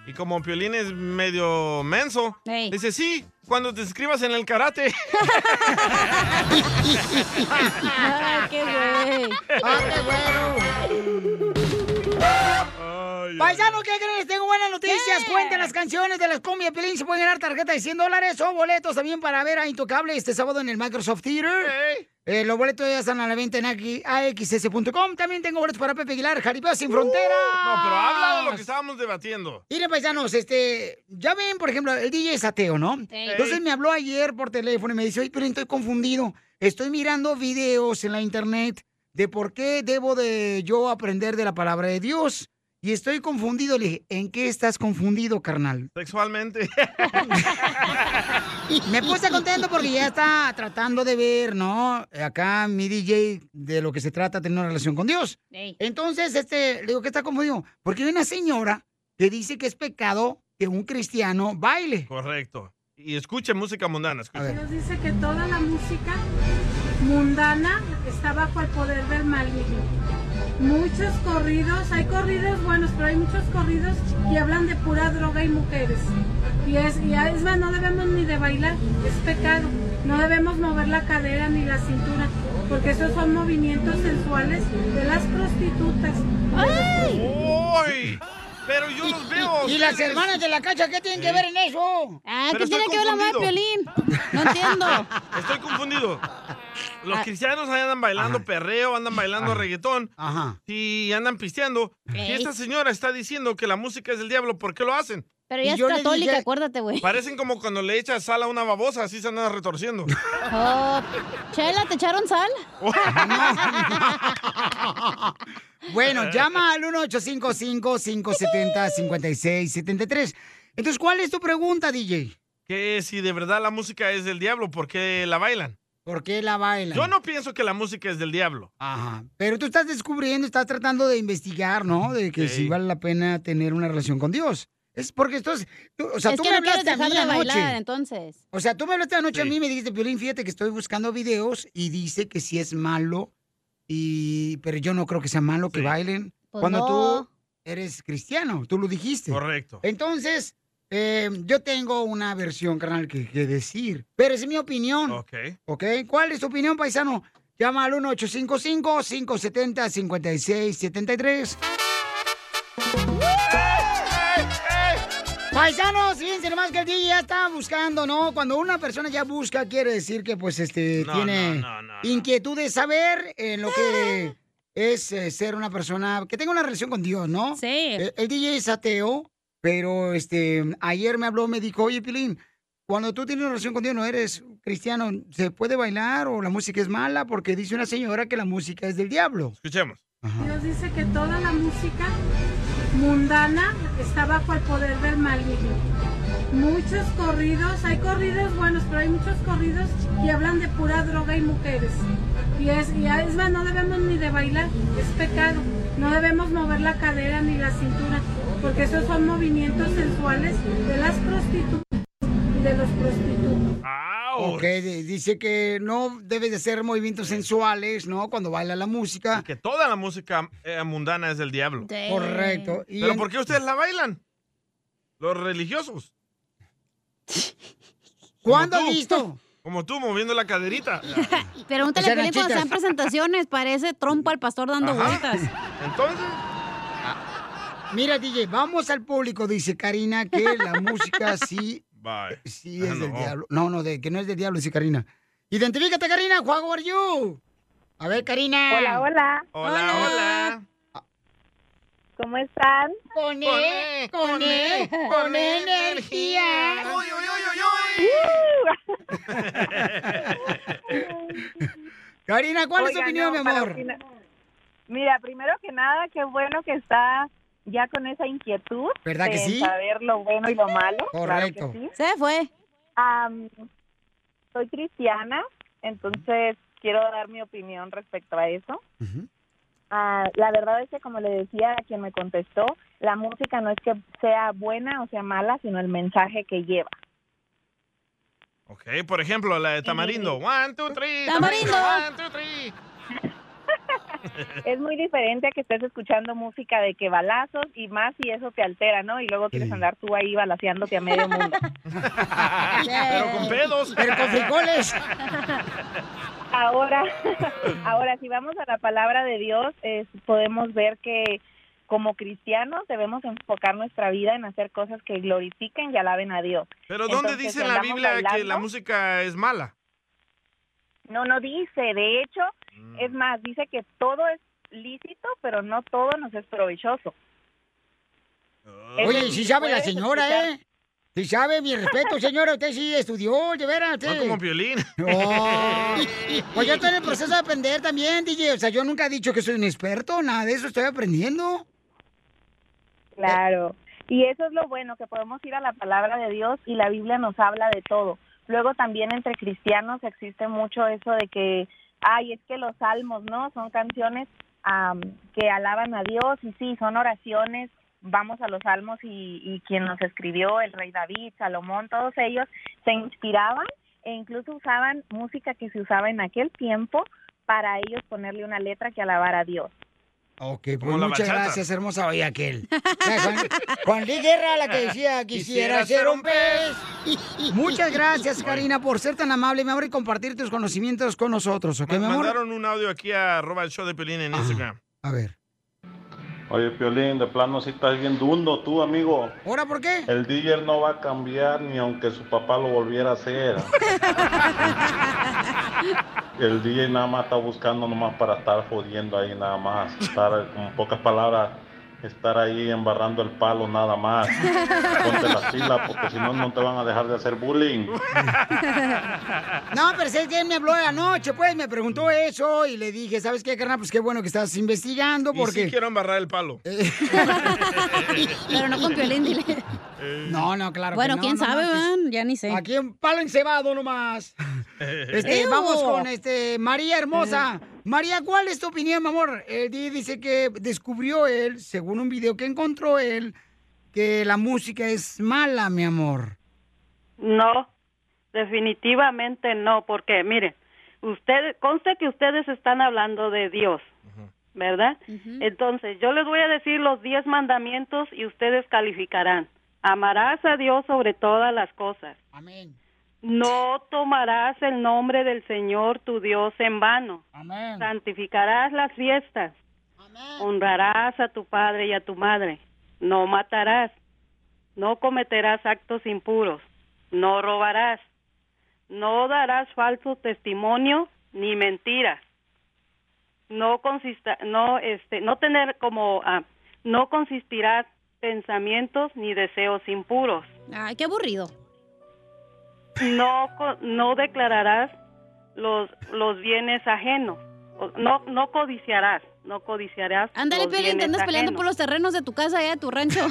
Y como Piolín es medio menso, dice, sí, cuando te inscribas en el karate.
Ay, qué güey.
Paisano, ¿qué creen? Les Tengo buenas noticias. Cuenten las canciones de las combias Pelín. Se pueden ganar tarjeta de 100 dólares o boletos también para ver a Intocable este sábado en el Microsoft Theater. Eh, los boletos ya están a la venta en aquí, axs.com. También tengo boletos para Pepe Aguilar, Jaripeo Sin Fronteras.
Uh, No, pero habla de lo que estábamos debatiendo.
Miren, paisanos, este, ya ven, por ejemplo, el DJ es ateo, ¿no? Entonces me habló ayer por teléfono y me dice, oye, pero estoy confundido. Estoy mirando videos en la internet de por qué debo de yo aprender de la palabra de Dios. Y estoy confundido. Le dije, ¿en qué estás confundido, carnal?
Sexualmente.
Me puse contento porque ya está tratando de ver, ¿no? Acá mi DJ de lo que se trata, tener una relación con Dios.
Ey.
Entonces, este, le digo, ¿qué está confundido? Porque hay una señora que dice que es pecado que un cristiano baile.
Correcto. Y escuche música mundana. Escuche.
Nos dice que toda la música mundana está bajo el poder del maligno. Muchos corridos, hay corridos buenos, pero hay muchos corridos que hablan de pura droga y mujeres. Y es, y es más, no debemos ni de bailar, es pecado. No debemos mover la cadera ni la cintura, porque esos son movimientos sensuales de las prostitutas.
¡Ay! Pero yo los veo.
Y las hermanas de la cacha, ¿qué tienen que ver en eso?
Ah,
Pero ¿qué estoy tiene que ver la madre
Piolín? No entiendo. Ah.
Estoy confundido. Los cristianos ahí andan bailando perreo, andan bailando reggaetón.
Ajá.
Y andan pisteando. Y
Ey.
esta señora está diciendo que la música es del diablo. ¿Por qué lo hacen?
Pero ella es católica, acuérdate, güey.
Parecen como cuando le echas sal a una babosa, así se andan retorciendo.
Oh, Chela, ¿te echaron sal?
Bueno, llama al 1-855-570-5673. Entonces, ¿cuál es tu pregunta, DJ?
que si de verdad la música es del diablo, ¿por qué la bailan?
¿Por qué la bailan?
Yo no pienso que la música es del diablo.
Ajá. Pero tú estás descubriendo, estás tratando de investigar, ¿no? De que si vale la pena tener una relación con Dios. Es porque esto es... tú- o sea,
es
tú
que
me
no quieres
hablaste a
dejar
mí
de bailar,
anoche.
entonces.
O sea, tú me hablaste anoche a mí y me dijiste, Piolín, fíjate que estoy buscando videos y dice que sí es malo, y pero yo no creo que sea malo que bailen.
Pues
cuando
no.
tú eres cristiano, tú lo dijiste.
Correcto.
Entonces, eh, yo tengo una versión, carnal, que, que decir. Pero es mi opinión.
Ok.
¿Ok? ¿Cuál es tu opinión, paisano? Llama al 1-855-570-5673. Paisanos, fíjense nomás que el DJ ya está buscando, ¿no? Cuando una persona ya busca, quiere decir que, pues, este,
No,
tiene
no, no, no,
inquietud de saber en lo que es eh, ser una persona que tenga una relación con Dios, ¿no? Sí. El, el DJ es ateo, pero, este, ayer me habló, me dijo, oye, Pilín, cuando tú tienes una relación con Dios, no eres cristiano, ¿se puede bailar o la música es mala? Porque dice una señora que la música es del diablo.
Escuchemos.
Dios dice que toda la música mundana está bajo el poder del maligno. Muchos corridos, hay corridos buenos, pero hay muchos corridos que hablan de pura droga y mujeres. Y es, y es más, no debemos ni de bailar, es pecado. No debemos mover la cadera ni la cintura, porque esos son movimientos sensuales de las prostitutas y de los prostitutos.
Ok, di- dice que no debes de hacer movimientos sensuales, ¿no? Cuando baila la música.
Que toda la música eh, mundana es del diablo.
Sí. Correcto. Y
¿Pero
en-
por qué ustedes la bailan? Los religiosos.
¿Cuándo
Como tú.
visto?
Como tú, moviendo la caderita. O
Pregúntale
sea,
a Piolín cuando
Nachitas.
sean presentaciones, parece trompa al pastor dando
Ajá.
vueltas.
Entonces.
Mira, DJ, vamos al público, dice Karina, que la música sí,
Bye.
sí es
Ah,
del
no.
diablo. No, no, de, que no es del diablo, dice Karina. Identifícate, Karina, how are you? A ver, Karina.
Hola, hola.
Hola, hola.
¿Cómo están?
Con
él,
con
él, E, con energía.
Uy,
uy, Uh,
Karina, ¿cuál es tu opinión, mi amor?
Mira, primero que nada, qué bueno que está ya con esa inquietud.
¿Verdad que
de
sí?
Saber lo bueno y lo malo.
Correcto.
Se fue. soy cristiana, entonces quiero dar mi opinión respecto a eso. Ah, la verdad es que, como le decía a quien me contestó, la música no es que sea buena o sea mala, sino el mensaje que lleva.
Ok, por ejemplo, la de Tamarindo. One, two, three.
Tamarindo.
One, two, three.
es muy diferente a que estés escuchando música de que balazos y más y eso te altera, ¿no? Y luego quieres andar tú ahí balaseándote a medio mundo.
Pero con pedos.
Pero con frijoles. Ahora, ahora si vamos a la palabra de Dios, es- podemos ver que como cristianos debemos enfocar nuestra vida en hacer cosas que glorifiquen y alaben a Dios.
Pero ¿dónde
Entonces,
dice
si
en la
andamos
Biblia que la
bailando-
música es mala?
no, no dice. De hecho,
Mm.
es más, dice que todo es lícito, pero no todo nos es provechoso.
Oye, si sabe la señora, ¿eh? Si sabe, mi respeto, señora, usted sí estudió, de veras.
No
usted.
como violín.
No. Pues yo estoy en el proceso de aprender también, DJ. O sea, yo nunca he dicho que soy un experto, nada de eso, estoy aprendiendo.
Claro. Y eso es lo bueno, que podemos ir a la palabra de Dios y la Biblia nos habla de todo. Luego también entre cristianos existe mucho eso de que, ay, es que los salmos, ¿no? Son canciones am, que alaban a Dios y sí, son oraciones. Vamos a los salmos y, y quien los escribió, el rey David, Salomón, todos ellos se inspiraban e incluso usaban música que se usaba en aquel tiempo para ellos ponerle una letra que alabara a Dios.
Ok,
Como
pues
la
muchas
bachata.
gracias, hermosa. Oye, aquel. Ya, Juan, Juan Luis Guerra, la que decía, quisiera, ser un pez. Muchas gracias, Karina, por ser tan amable, mi amor, y compartir tus conocimientos con nosotros, ¿ok, mi amor?
Mandaron un audio aquí a arroba el show de Piolín en Instagram.
A ver.
Oye, Piolín, de plano si estás bien dundo tú, amigo.
¿Ahora por qué?
El DJ no va a cambiar ni aunque su papá lo volviera a hacer. El DJ nada más está buscando nomás para estar jodiendo ahí nada más. Estar, con pocas palabras, estar ahí embarrando el palo nada más. Ponte las pilas porque si no, no te van a dejar de hacer bullying.
No, pero es que él me habló anoche, pues, me preguntó eso y le dije, ¿sabes qué, carnal? Pues qué bueno que estás investigando
Y sí
porque...
quiero embarrar el palo.
Pero no con Piolín, dile.
No, no, claro. que
Bueno,
no,
quién
no
sabe,
manches.
man, ya ni sé.
Aquí un palo encebado nomás. Este,
Ew.
vamos con este María hermosa. María, ¿cuál es tu opinión, mi amor? El DJ dice que descubrió él, según un video que encontró él, que la música es mala, mi amor.
No, definitivamente no, porque miren, usted, conste que ustedes están hablando de Dios, ¿verdad? Entonces, yo les voy a decir los diez mandamientos y ustedes calificarán. Amarás a Dios sobre todas las cosas.
Amén.
No tomarás el nombre del Señor tu Dios en vano.
Amén.
Santificarás las fiestas. Honrarás a tu padre y a tu madre. No matarás. No cometerás actos impuros. No robarás. No darás falso testimonio ni mentiras. No consista, no este, no tener como ah, no consistirás pensamientos ni deseos impuros.
Ay, qué aburrido.
No co- no declararás los los bienes ajenos. O- No no codiciarás, no codiciarás.
Ándale,
los
Piolín, te
bienes
andas peleando por
ajenos.
los terrenos de tu casa, allá de tu rancho.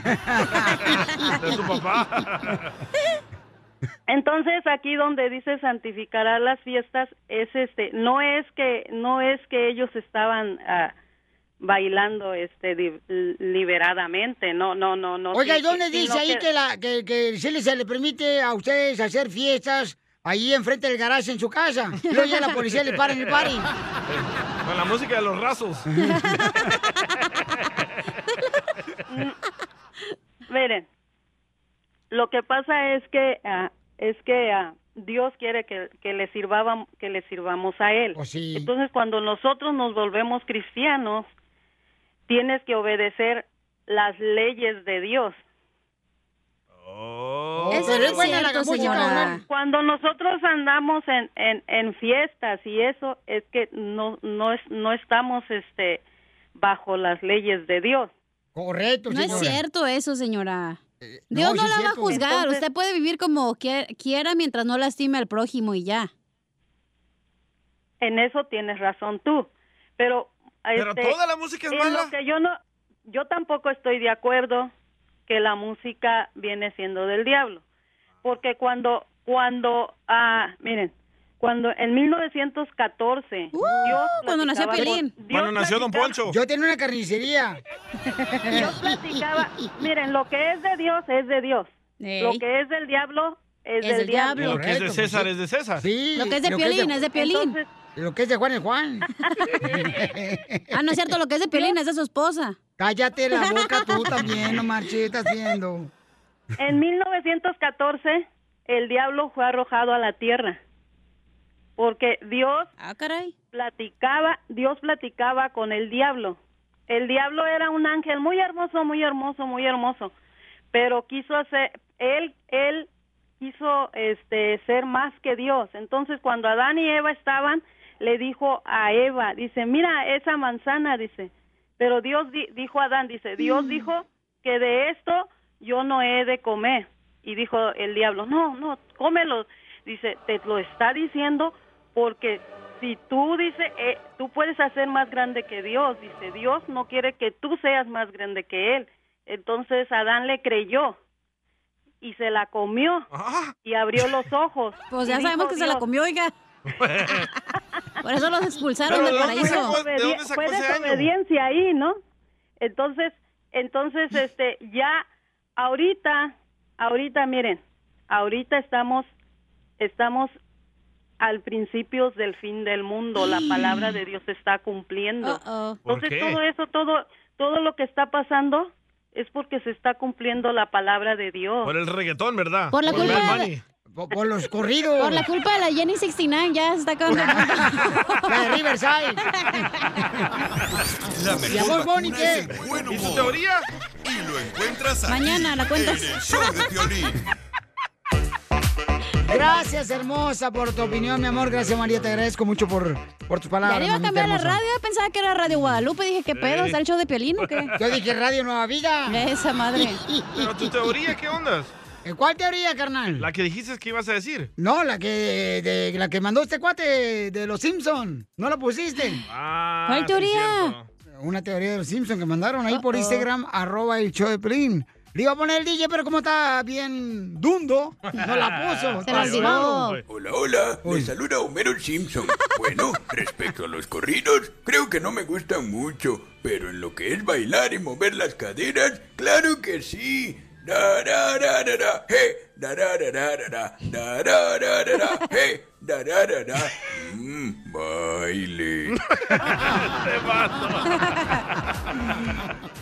De tu papá. Entonces aquí donde dice santificará las fiestas es este no es que no es que ellos estaban ah, bailando este di- liberadamente, no, no, no, no.
Oiga,
sí,
¿y dónde
sí, sí,
dice
no
ahí que, la, que, que se, les, se le permite a ustedes hacer fiestas ahí enfrente del garaje en su casa? Y luego ya la policía le para en el party.
Con la música de los rasos.
Miren, lo que pasa es que ah, es que ah, Dios quiere que, que le sirvaban, que le sirvamos a él. Entonces, cuando nosotros nos volvemos cristianos, tienes que obedecer las leyes de Dios.
Oh,
Eso pero es es buena la cierto, música, señora. ¿no?
Cuando nosotros andamos en, en, en fiestas y eso es que no no es no estamos este bajo las leyes de Dios.
Correcto,
No es
señora. Eh,
cierto eso, señora. Dios
no,
no,
sí es
la va a
cierto.
juzgar.
Entonces-
Usted puede vivir como quie- quiera mientras no lastime al prójimo y ya.
En eso tienes razón tú. Pero,
Pero
este,
toda la música es
en
mala.
lo que yo no, yo tampoco estoy de acuerdo que la música viene siendo del diablo, porque cuando, cuando, ah, miren, cuando en 1914 Dios
Uh, cuando nació
platicaba con-
Pelín.
Dios
Cuando nació Don Poncho.
Yo tenía una carnicería.
yo platicaba, miren, lo que es de Dios es de Dios,
Ey.
lo que es del diablo es,
Es
del
del
diablo.
Lo que es de
Correcto,
César
pues
es de César.
Sí.
Lo que es de Piolín es de Piolín.
Lo que es de Juan es Juan.
Ah, no es cierto, lo que es de Piolín es de su esposa.
Cállate la boca tú también, no marches, estás viendo.
En 1914, el diablo fue arrojado a la tierra. Porque Dios platicaba, Dios platicaba con el diablo. El diablo era un ángel muy hermoso, muy hermoso, muy hermoso, pero quiso hacer él él quiso este ser más que Dios. Entonces, cuando Adán y Eva estaban, le dijo a Eva, dice, "Mira esa manzana", dice. Pero Dios di- dijo a Adán, dice, "Dios dijo que de esto yo no he de comer. Y dijo el diablo, no, no, cómelo. Dice, te lo está diciendo porque si tú dice, eh, tú puedes hacer más grande que Dios. Dice, Dios no quiere que tú seas más grande que Él. Entonces Adán le creyó y se la comió y abrió los ojos.
Pues
Y
ya
dijo
sabemos que se la
Dios,
comió, oiga. Por eso los expulsaron del paraíso.
fue desobediencia ahí, ¿no? Entonces, entonces, este, ya ahorita, ahorita, miren, ahorita estamos, estamos al principio del fin del mundo. La palabra de Dios se está cumpliendo.
¿Por
Entonces,
qué?
todo eso, todo, todo lo que está pasando es porque se está cumpliendo la palabra de Dios.
Por el reggaetón, ¿verdad?
Por la
Bad
culpa
Bunny.
Por, los corridos.
Por la culpa de la Jenny 69 ya se está acabando.
La de Riverside.
La
¿Y a
mejor
Bob Bunny
vacuna
qué?
es el buen humor.
¿Y su teoría?
Y lo encuentras aquí,
Mañana la cuentas.
En el show de Piolín.
Gracias, hermosa, por tu opinión, mi amor. Gracias, María. Te agradezco mucho por, por tus palabras.
Ya le iba a
mamita
cambiar la
hermosa.
radio, pensaba que era Radio Guadalupe. Dije, ¿qué pedo? ¿Está el show de Piolín o qué?
Yo dije Radio Nueva Vida.
Esa madre.
Pero tu teoría, ¿qué onda?
¿Cuál teoría, carnal?
La que dijiste que ibas a decir.
No, la que, de- la que mandó este cuate de los Simpson. ¿No la pusiste? Ah,
¿Cuál sí, teoría?
Una teoría de los Simpson que mandaron ahí por Instagram, arroba el show de Pelín. Le iba a poner el DJ, pero como está bien dundo, no la puso.
Se
Está
la olvidó.
ocupado.
Hola, hola, les saluda Homero Simpson. Bueno, respecto a los corridos, creo que no me gustan mucho, pero en lo que es bailar y mover las caderas, claro que sí. Da, da, da, da, da, hey, da, da, da, da, da, da, da, da, da, da, da, hey, da, da, da, da. Mm, baile.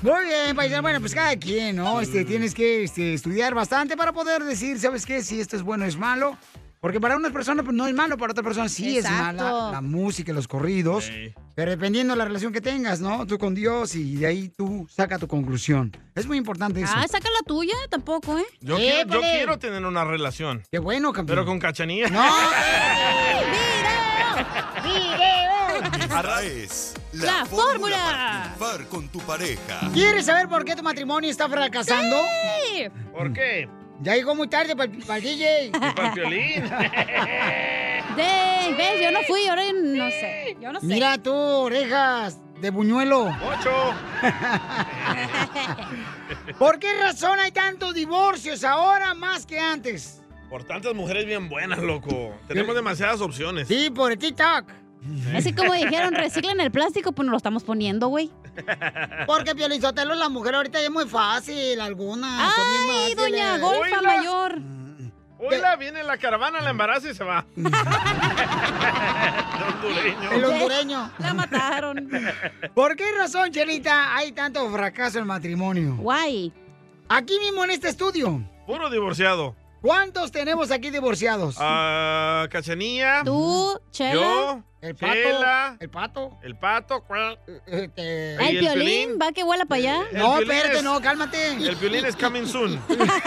Muy bien, paisano. Bueno, pues cada quien, ¿no? Este, tienes que este, estudiar bastante para poder decir, ¿sabes qué? Si esto es bueno o es malo. Porque para unas personas pues, no es malo, para otras personas sí es
Exacto.
mala la música, los corridos.
Sí.
Pero dependiendo de la relación que tengas, ¿no? Tú con Dios y de ahí tú saca tu conclusión. Es muy importante eso.
Ah, saca la tuya, tampoco, ¿eh?
Yo, quiero, yo quiero tener una relación.
Qué bueno, campeón.
Pero con cachanilla.
No.
Esta es la,
La
fórmula,
fórmula.
para triunfar con tu pareja.
¿Quieres saber por qué tu matrimonio está fracasando?
Sí.
¿Por qué?
Ya llegó muy tarde para el DJ.
Para el violín.
De, ¿Ves? Yo no fui, ahora yo no sé. Yo no sé.
Mira tú, orejas de buñuelo.
¡Ocho!
¿Por qué razón hay tantos divorcios ahora más que antes?
Por tantas mujeres bien buenas, loco. Tenemos demasiadas opciones.
Sí, por el TikTok.
Es que como dijeron, reciclen el plástico, pues nos lo estamos poniendo, güey.
Porque Piolizotelo, la mujer ahorita ya es muy fácil, algunas.
Ay, doña Golfa
Oiga.
Ah, Mayor.
Hola, viene la caravana, la embaraza y se va.
El hondureño.
La mataron.
¿Por qué razón, Chelita, hay tanto fracaso en el matrimonio?
Guay.
Aquí mismo en este estudio,
Puro divorciado.
¿cuántos tenemos aquí divorciados?
Ah, Cachanilla.
Tú,
Chela.
Yo.
El
El
pato.
pato.
El pato. Este,
El pato. cuá.
Ay, el violín, va que vuela para allá.
El No, Piolín espérate, es- no,
cálmate.
El violín es coming soon.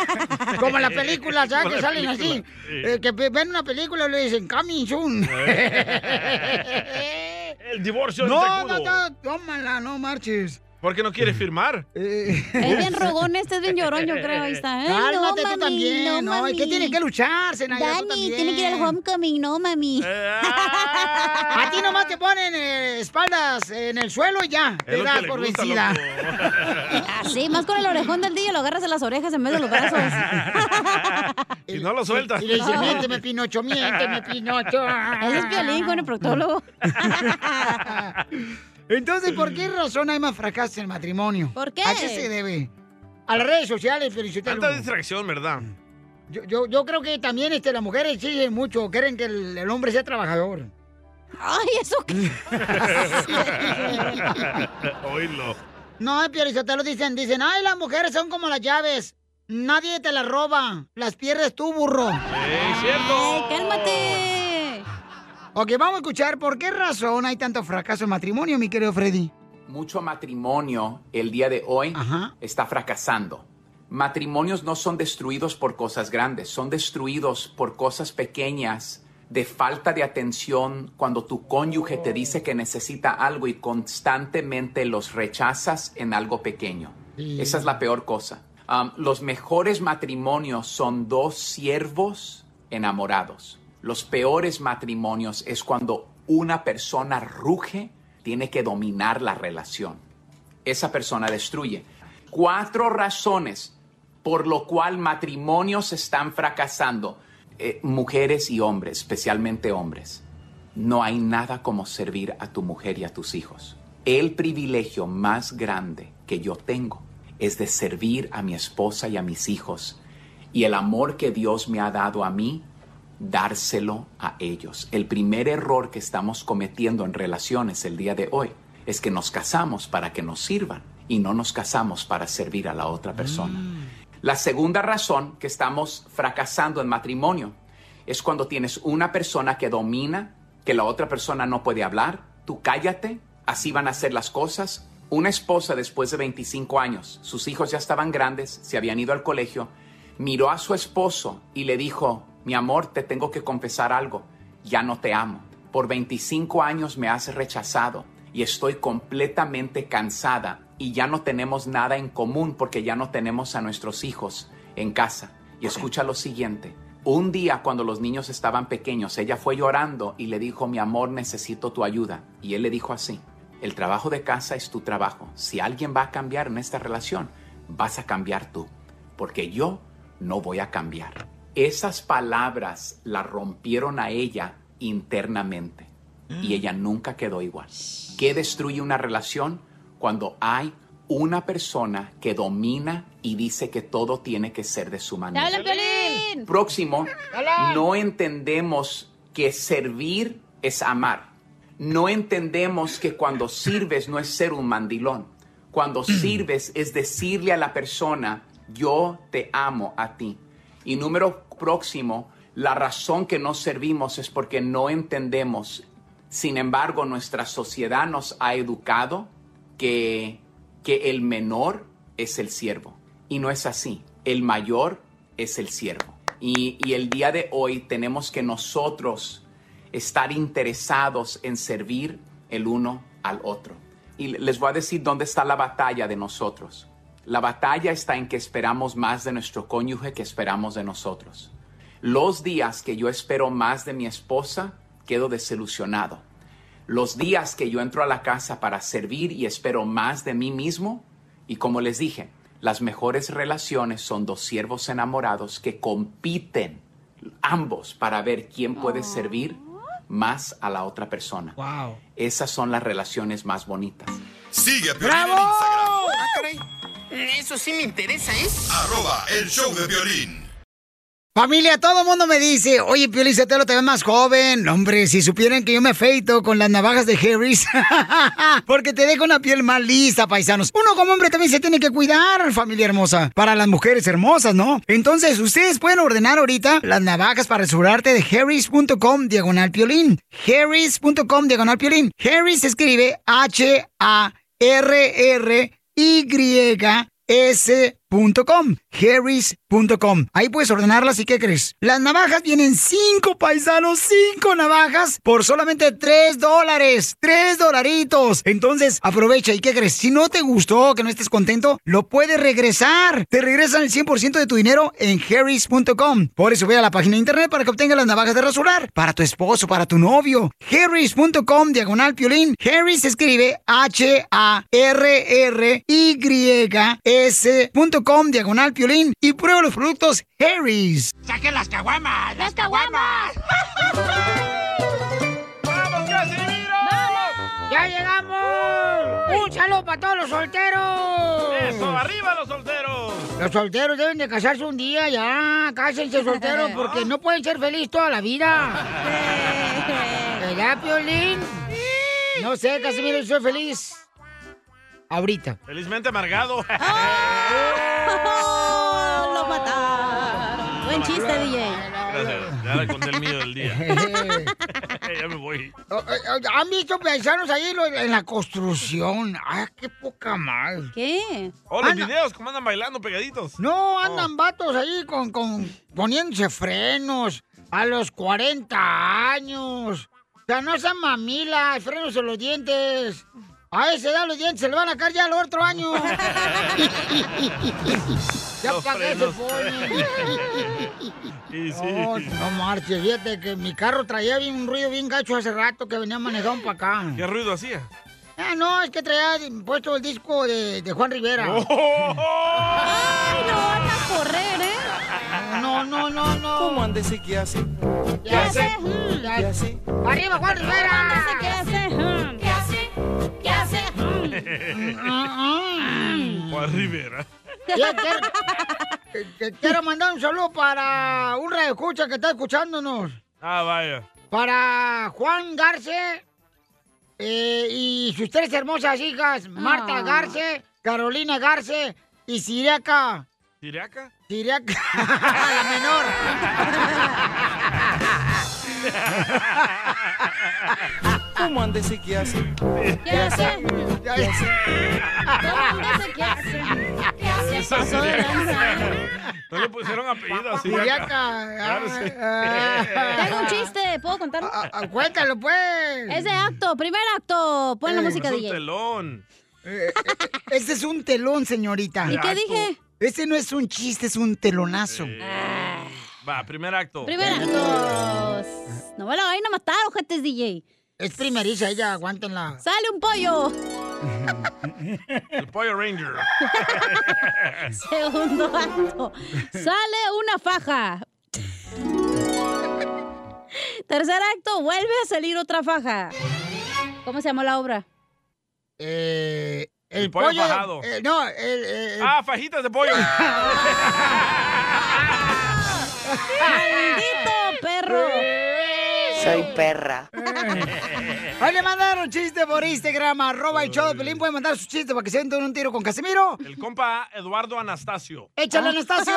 Como en las películas, ya
Como
que
la
salen así.
película.
Eh, que pe- ven una película y le dicen, coming soon.
Eh. El divorcio es
no,
tejudo.
no, no, tómala, Eh. no marches.
¿Por qué no quieres firmar?
Es bien rogón, este es bien llorón, yo creo, ahí está. ¿eh? Ay, no,
Cálmate tú
mami,
también, no, ¿y
mami.
qué tiene que luchar, Zenaida? Tú
Dani,
también.
tiene que ir al homecoming, no, mami.
Eh, ah.
A ti nomás te ponen eh, espaldas en el suelo y ya. Te das por vencida.
Así, más con el orejón del día, lo agarras en las orejas en vez de los brazos.
Y no lo sueltas.
Y le dice, miénteme, Pinocho, miénteme, Pinocho.
Ese es Piolín con el proctólogo.
Entonces, ¿por qué razón hay más fracasos en el matrimonio?
¿Por qué?
¿A qué se debe? A las redes sociales, felicitando.
Tanta distracción, ¿verdad?
Yo, yo, yo creo que también este, las mujeres exigen mucho, quieren que el, el hombre sea trabajador.
Ay, eso qué.
Oílo.
No, lo dicen, dicen, ay, las mujeres son como las llaves. Nadie te las roba, las pierdes tú, burro.
Es cierto.
cálmate! Ok, vamos a escuchar por qué razón hay tanto fracaso en matrimonio, mi querido Freddy.
mucho matrimonio el día de hoy está fracasando. Matrimonios no son destruidos por cosas grandes, son destruidos por cosas pequeñas de falta de atención cuando tu cónyuge te dice que necesita algo y constantemente los rechazas en algo pequeño. Esa es la peor cosa. Um, los mejores matrimonios son dos siervos enamorados. Los peores matrimonios es cuando una persona ruge, tiene que dominar la relación. Esa persona destruye. Cuatro razones por lo cual matrimonios están fracasando. Eh, mujeres y hombres, especialmente hombres. No hay nada como servir a tu mujer y a tus hijos. El privilegio más grande que yo tengo es de servir a mi esposa y a mis hijos. Y el amor que Dios me ha dado a mí, dárselo a ellos. El primer error que estamos cometiendo en relaciones el día de hoy es que nos casamos para que nos sirvan y no nos casamos para servir a la otra persona. La segunda razón que estamos fracasando en matrimonio es cuando tienes una persona que domina, que la otra persona no puede hablar, tú cállate, así van a ser las cosas. Una esposa después de 25 años, sus hijos ya estaban grandes, se habían ido al colegio, miró a su esposo y le dijo, mi amor, te tengo que confesar algo, ya no te amo. Por 25 años me has rechazado y estoy completamente cansada y ya no tenemos nada en común porque ya no tenemos a nuestros hijos en casa. Y escucha lo siguiente. Un día cuando los niños estaban pequeños, ella fue llorando y le dijo, mi amor, necesito tu ayuda. Y él le dijo así, el trabajo de casa es tu trabajo. Si alguien va a cambiar en esta relación, vas a cambiar tú porque yo no voy a cambiar. Esas palabras la rompieron a ella internamente y ella nunca quedó igual. ¿Qué destruye una relación? Cuando hay una persona que domina y dice que todo tiene que ser de su
¡Te
manera.
hablan, Piolín!
Próximo,
Hola.
no entendemos que servir es amar. No entendemos que cuando sirves no es ser un mandilón. Cuando sirves es decirle a la persona, yo te amo a ti. Y número próximo, la razón que no servimos es porque no entendemos. Sin embargo, nuestra sociedad nos ha educado que, que el menor es el siervo. Y no es así. El mayor es el siervo. Y, y el día de hoy tenemos que nosotros estar interesados en servir el uno al otro. Y les voy a decir dónde está la batalla de nosotros. La batalla está en que esperamos más de nuestro cónyuge que esperamos de nosotros. Los días que yo espero más de mi esposa, quedo desilusionado. Los días que yo entro a la casa para servir y espero más de mí mismo, y como les dije, las mejores relaciones son dos siervos enamorados que compiten ambos para ver quién puede servir más a la otra persona.
Wow.
Esas son las relaciones más bonitas.
Sigue a Piolín en
¡Bravo!
Instagram.
Eso sí me interesa, ¿eh?
Arroba el show de violín.
Familia, todo el mundo me dice, oye, Piolín Sotelo, te ves más joven. No, Hombre, si supieran que yo me afeito con las navajas de Harris, porque te dejo una piel más lisa, paisanos. Uno como hombre también se tiene que cuidar, familia hermosa, para las mujeres hermosas, ¿no? Entonces, ustedes pueden ordenar ahorita las navajas para asegurarte de harris.com diagonal piolín. harris.com diagonal piolín. Harris se escribe H-A-R-R. YS.com, Harris.com. Ahí puedes ordenarlas y ¿qué crees? Las navajas vienen cinco paisanos, cinco navajas por solamente tres dólares, tres dolaritos. Entonces aprovecha y ¿qué crees? Si no te gustó, que no estés contento, lo puedes regresar. Te regresan el 100% de tu dinero en Harris.com. Por eso ve a la página de internet para que obtengas las navajas de rasurar para tu esposo, para tu novio. Harris.com, diagonal piolín. Harris se escribe H-A-R-R-Y-S.com, diagonal piolín. Y prueba los productos Harris.
¡Saque las caguamas! ¡Las caguamas! ¡Vamos, Casimiro!
¡Ya llegamos! ¡Un saludo para todos los solteros!
¡Eso! ¡Arriba los solteros!
Los solteros deben de casarse un día ya. Cásense solteros porque no pueden ser felices toda la vida. ¿Verdad, Piolín? No sé, Casimiro, yo soy feliz. Ahorita.
Felizmente amargado.
¡Ah! lo mataron. Buen chiste, DJ.
Gracias. Ya le conté el mío del día. ya me voy.
O- o- Oh, eh, ¿Han visto paisanos ahí lo- en la construcción? ¡Ah, qué poca mal!
¿Qué?
Oh,
Ah,
los videos, Oh. cómo andan bailando pegaditos.
No, andan vatos ahí con, con poniéndose frenos a los 40 años. O sea, no sean mamilas, frenos en los dientes. A esa edad los dientes se le van a caer ya al otro año. ya
Los
pagué ese
frenos.
poli. No, Oh, no marches, fíjate que mi carro traía bien- un ruido bien gacho hace rato que venía manejando para acá.
¿Qué ruido hacía?
Ah, no, es que traía puesto el disco de, de Juan Rivera.
Oh.
¡Ay,
no van a correr, ¿eh? No, no, no, no. ¿Cómo andes y qué hace? ¿Qué hace? ¿Qué hace? ¡Arriba, Juan Rivera! ¿Qué hace? ¿Qué hace? ¿Qué hace? Mm.
Juan Rivera.
Quiero mandar un saludo para un radioescucha que está escuchándonos.
Ah, vaya.
Para Juan Garce eh, y sus tres hermosas hijas, Marta
Ah.
Garce, Carolina Garce y Siriaca.
¿Tiriaca?
Siriaca,
Ah,
la menor.
¿Cómo andes y qué hace?
¿Qué hace?
¿Qué hace?
¿Qué hace? ¿Qué hace?
Esa
Pasó de
Siriaca.
lanza.
No le pusieron apellido a
Siriaca.
Claro, sí.
Ah,
Tengo un chiste, ¿puedo contarlo?
cuéntalo, pues.
Es de acto, primer acto. Pon la música,
Eh, Es un
DJ.
telón.
Este es un telón, señorita.
¿Y qué dije?
Este no es un chiste, es un telonazo.
Va, primer acto.
Primer acto. No me lo vayan a matar, ojetes DJ.
Es primeriza ella, aguántenla.
¡Sale un pollo!
El Pollo Ranger.
Segundo acto. Sale una faja. Tercer acto, vuelve a salir otra faja. ¿Cómo se llamó la obra?
Eh, el,
pollo fajado.
eh, no, el, eh, el-
Ah, fajitas de pollo.
¡Maldito perro!
Soy
perra.
Ahí le mandaron chiste por Instagram, arroba el show de Pelín. Pueden mandar sus chistes para que se den un tiro con Casimiro.
El compa Eduardo Anastasio.
Ah.
¡Échale, Anastasio!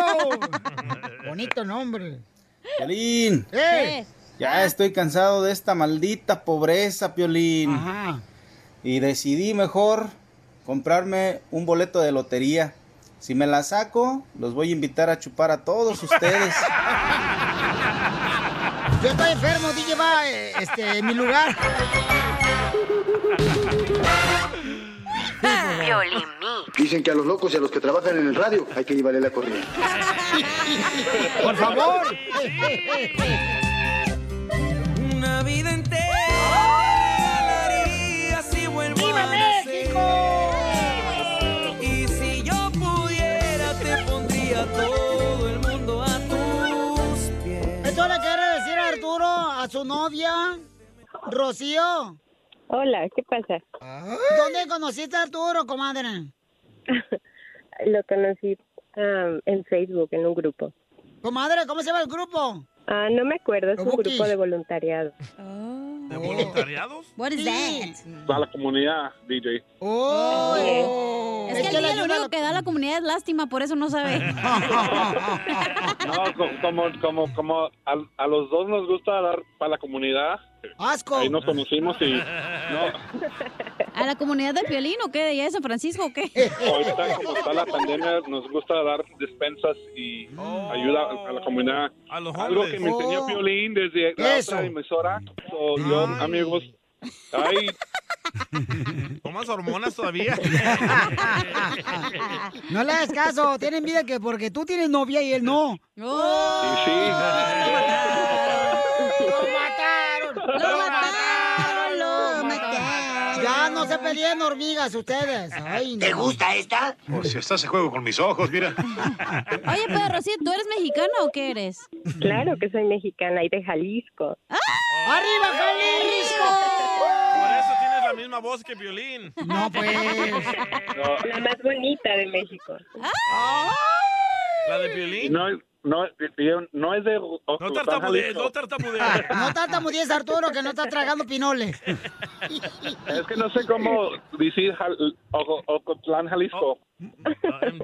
Bonito nombre.
Piolín.
Eh.
Ya estoy cansado de esta maldita pobreza, Piolín. Y decidí mejor comprarme un boleto de lotería. Si me la saco, los voy a invitar a chupar a todos ustedes.
Yo estoy enfermo, DJ va eh, este, en mi lugar.
Dicen que a los locos y a los que trabajan en el radio hay que llevarle la corriente.
Por favor.
Una vida entera regalaría si vuelvo a nacer. Y si yo pudiera te pondría todo el mundo a tus pies.
¿Esto le quiere decir a Arturo, a su novia, Rocío.
Hola, ¿qué pasa?
¿Dónde conociste a Arturo, comadre?
Lo conocí am, en Facebook, en un grupo.
Comadre, ¿cómo se llama el grupo?
Ah, no me acuerdo, es un
Bookies.
grupo de voluntariado.
¿De voluntariados?
What is that?
Está la comunidad, DJ.
Oh.
Es que el lo único que da a la comunidad es lástima, por eso no sabe.
No, co- como, como, como a, a los dos nos gusta dar para la comunidad.
Asco.
Ahí nos conocimos y no,
¿A la comunidad de Piolín o qué? ¿De allá de San Francisco o qué?
ahorita como está la pandemia nos gusta dar despensas y ayuda a, a la comunidad. Algo que me enseñó Piolín desde la otra emisora. So, yo, amigos, ahí
¿Tomas hormonas todavía?
No le hagas caso, tienen vida que porque tú tienes novia y él no. ¡Oh!
sí.
¡Lo mataron! ¡Lo mataron! ¡Lo mataron! Ya no se peleen hormigas ustedes. Ay,
¿Te gusta
esta?
Por si estás se juego con mis ojos, mira.
Oye, pero Rocío, ¿tú eres mexicana o qué eres?
Claro que soy mexicana y de Jalisco.
¡Arriba,
Oh. Por eso tienes la misma voz que Piolín.
No, pues.
La más bonita de México.
¿La de Piolín?
no, no, no es de... No
tartamudees, no tartamudees.
No tartamudees, Arturo, que no estás tragando pinoles.
Es que no sé cómo decir Jal- Oco- Ocotlán, Jalisco.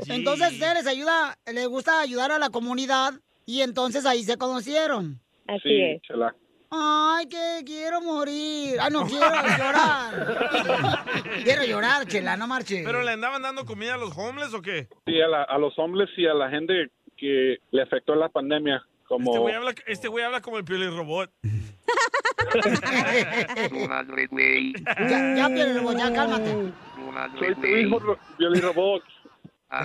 Entonces usted les ayuda, les gusta ayudar a la comunidad y entonces ahí se conocieron.
sí, chela.
Ay, que quiero morir. Ay, no quiero llorar. quiero llorar, chela, no marche.
¿Pero le andaban dando comida a los homeless o qué?
Sí, a, la- a los hombres y a la gente que le afectó la pandemia, como...
Este güey habla, este güey habla como el Piolín Robot.
Ya, ya, Piolín, ya, cálmate.
Soy tu hijo, Ro- Violín Robot.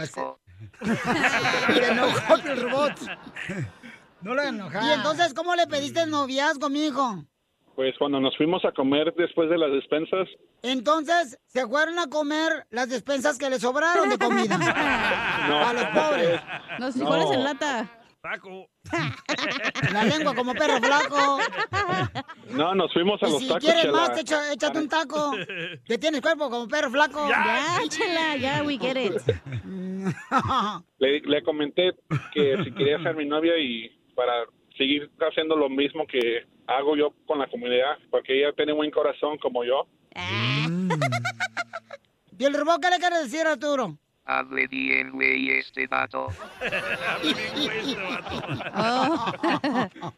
Se enojó el robot. No lo enojaron. ¿Y entonces cómo le pediste noviazgo, mijo?
Pues cuando nos fuimos a comer después de las despensas,
Entonces se fueron a comer las despensas que le sobraron de comida.
no.
A los pobres. Los frijoles en lata.
Taco.
La lengua como perro flaco.
No, nos fuimos a
Y
los
si
tacos,
quieres
chela.
más, te echa- échate un taco. Que tienes cuerpo como perro flaco.
Ya, chela, ya, we get it.
le, le comenté que si quería ser mi novia y para seguir haciendo lo mismo que hago yo con la comunidad, porque ella tiene buen corazón como yo.
¿Y el robot qué le quiere decir, Arturo?
Hable bien, güey, este vato.
Oh.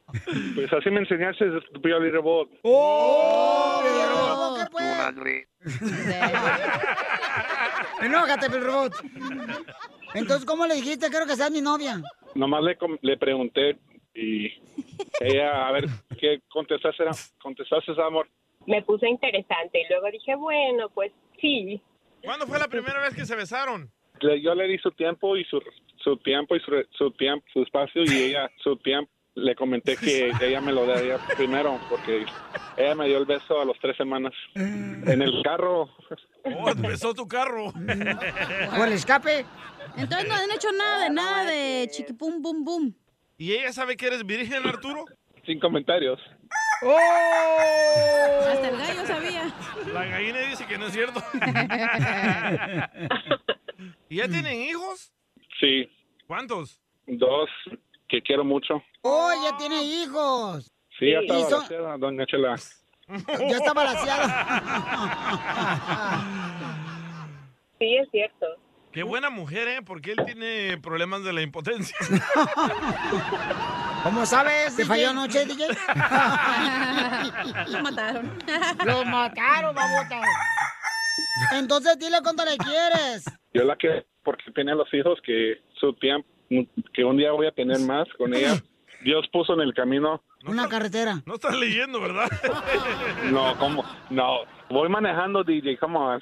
Pues así me enseñaste Violín Robot.
¡Oh! Piolín Robot, ¿qué pues?
Madre.
Enójate, Piolín Robot. Entonces, ¿cómo le dijiste? Quiero que seas mi novia.
Nomás le, com- le pregunté y ella, a ver, ¿qué contestaste, contestaste amor?
Me puse interesante y luego dije, bueno, pues sí.
¿Cuándo fue la primera vez que se besaron?
Le- yo le di su tiempo y su, su tiempo y su, re- su tiempo, su espacio y ella, su tiempo. Le comenté que ella me lo daría primero porque ella me dio el beso a las tres semanas
Ah.
en el carro.
Oh, besó tu carro.
¿O el escape?
Entonces no han hecho nada de nada de chiquipum, bum, bum.
¿Y ella sabe que eres virgen, Arturo?
Sin comentarios.
Oh,
Hasta el gallo sabía.
La gallina dice que no es cierto. ¿Y ya tienen hijos?
Sí,
¿Cuántos?
dos que quiero mucho.
¡Oh, ya tiene hijos!
Sí, ya
Y
estaba
son-
balanceada, doña Chela.
Ya está balanceada.
Sí, es cierto.
Qué buena mujer, ¿eh? Porque él tiene problemas de la impotencia.
¿Cómo sabes? ¿Te
DJ?
falló anoche, DJ?
Lo mataron.
Lo mataron, babota. Entonces, dile cuánto le quieres.
Yo la que porque tenía los hijos que su tiempo, que un día voy a tener más con ella. Dios puso en el camino.
Una carretera.
No estás leyendo, ¿verdad?
No, ¿cómo? No, voy manejando DJ, come on.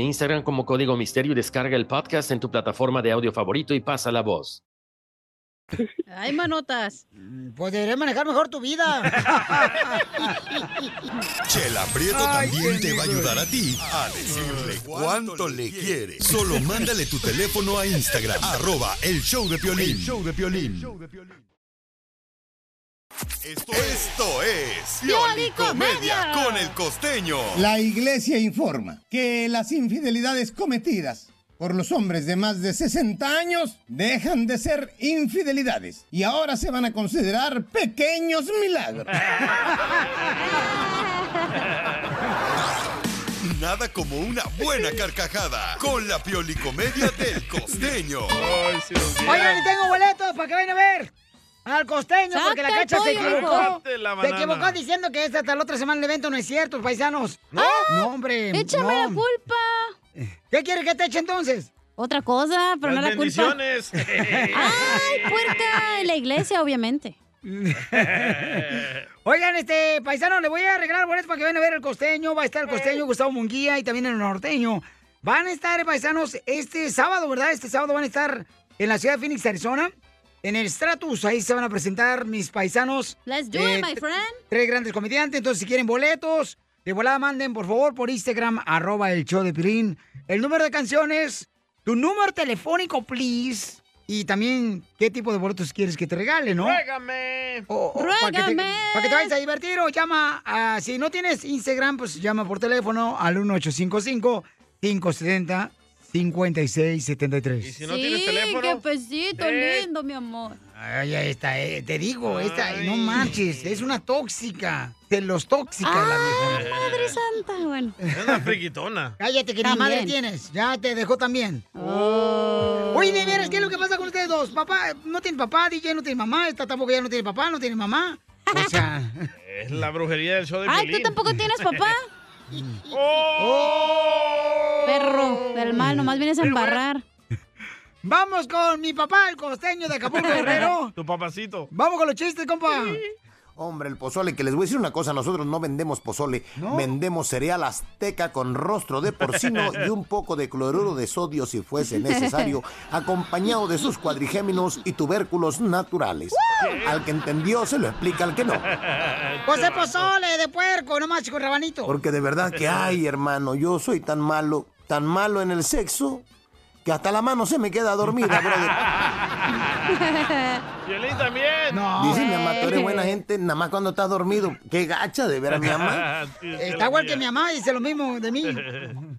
Instagram como Código Misterio y descarga el podcast en tu plataforma de audio favorito y pasa la voz.
Ay, manotas.
Podré Mm, pues, manejar mejor tu vida.
Chela Prieto
Ay,
también
qué
te va a
lindo.
ayudar a ti a decirle cuánto le quieres. Solo mándale tu teléfono a Instagram, arroba el show de Piolín. show de Piolín. Esto, esto es Piolicomedia con el costeño.
La iglesia informa que las infidelidades cometidas por los hombres de más de 60 años dejan de ser infidelidades y ahora se van a considerar pequeños milagros.
Nada como una buena carcajada con la Piolicomedia del costeño.
Oigan, y tengo boletos para que vayan a ver. Al costeño,
Saca
porque la
el
cacha se
pollo,
equivocó.
hijo. la
Se
banana.
equivocó diciendo que es hasta la otra semana el evento, no es cierto, paisanos. No, no hombre.
Échame la
culpa. ¿Qué quiere que te eche entonces?
Otra cosa, pero no la culpa.
Ah.
¡Ay, puerca! En la iglesia, obviamente.
Oigan, este paisano, le voy a regalar boletos para que vayan a ver el costeño. Va a estar el costeño, Gustavo Munguía y también el norteño. Van a estar, paisanos, este sábado, ¿verdad? Este sábado van a estar en la ciudad de Phoenix, Arizona. En el Stratus, ahí se van a presentar mis paisanos. Eh,
Let's do it, my
tre-
friend.
Tres grandes comediantes. Entonces, si quieren boletos, de volada manden, por favor, por Instagram, arroba el show de Pirín. El número de canciones, tu número telefónico, please. Y también, ¿qué tipo de boletos quieres que te regale, no? Oh,
Ruégame.
Para que, te, pa' que te vayas a divertir o llama, a- si no tienes Instagram, pues llama por teléfono al 1855-570-5673.
sí, qué pesito,
Ve.
lindo, mi amor.
Ay, ahí está, eh, te digo, esta, no manches, es una tóxica, de los tóxicas la
Ah.
vieja.
Madre santa, bueno.
Es una friquitona.
Cállate, que ni
También.
madre tienes, ya te dejó también.
Oh.
Oye, de veras, ¿qué es lo que pasa con ustedes dos? Papá, no tiene papá, DJ no tiene mamá, esta tampoco ya no tiene papá, no tiene mamá. O sea...
Es la brujería del show de
Ay, ¿tú
Piolín.
tampoco
tienes papá? Perro del mal, nomás vienes a embarrar.
Vamos con mi papá, el costeño de Acapulco Guerrero.
Tu papacito.
Vamos con los chistes, compa.
Hombre, el pozole, que les voy a decir una cosa, nosotros no vendemos pozole, vendemos cereal azteca con rostro de porcino y un poco de cloruro de sodio si fuese necesario, acompañado de sus cuadrigéminos y tubérculos naturales. Al que entendió se lo explica al que no.
Pues de pozole, de puerco, no más, con rabanito.
Porque de verdad que, ay, hermano, yo soy tan malo, tan malo en el sexo, que hasta la mano se me queda dormida, brother.
Violín también.
Dice mi mamá, tú eres buena gente, nada más cuando estás dormido. Qué gacha de ver a mi mamá.
Está igual que mi mamá, dice lo mismo de mí.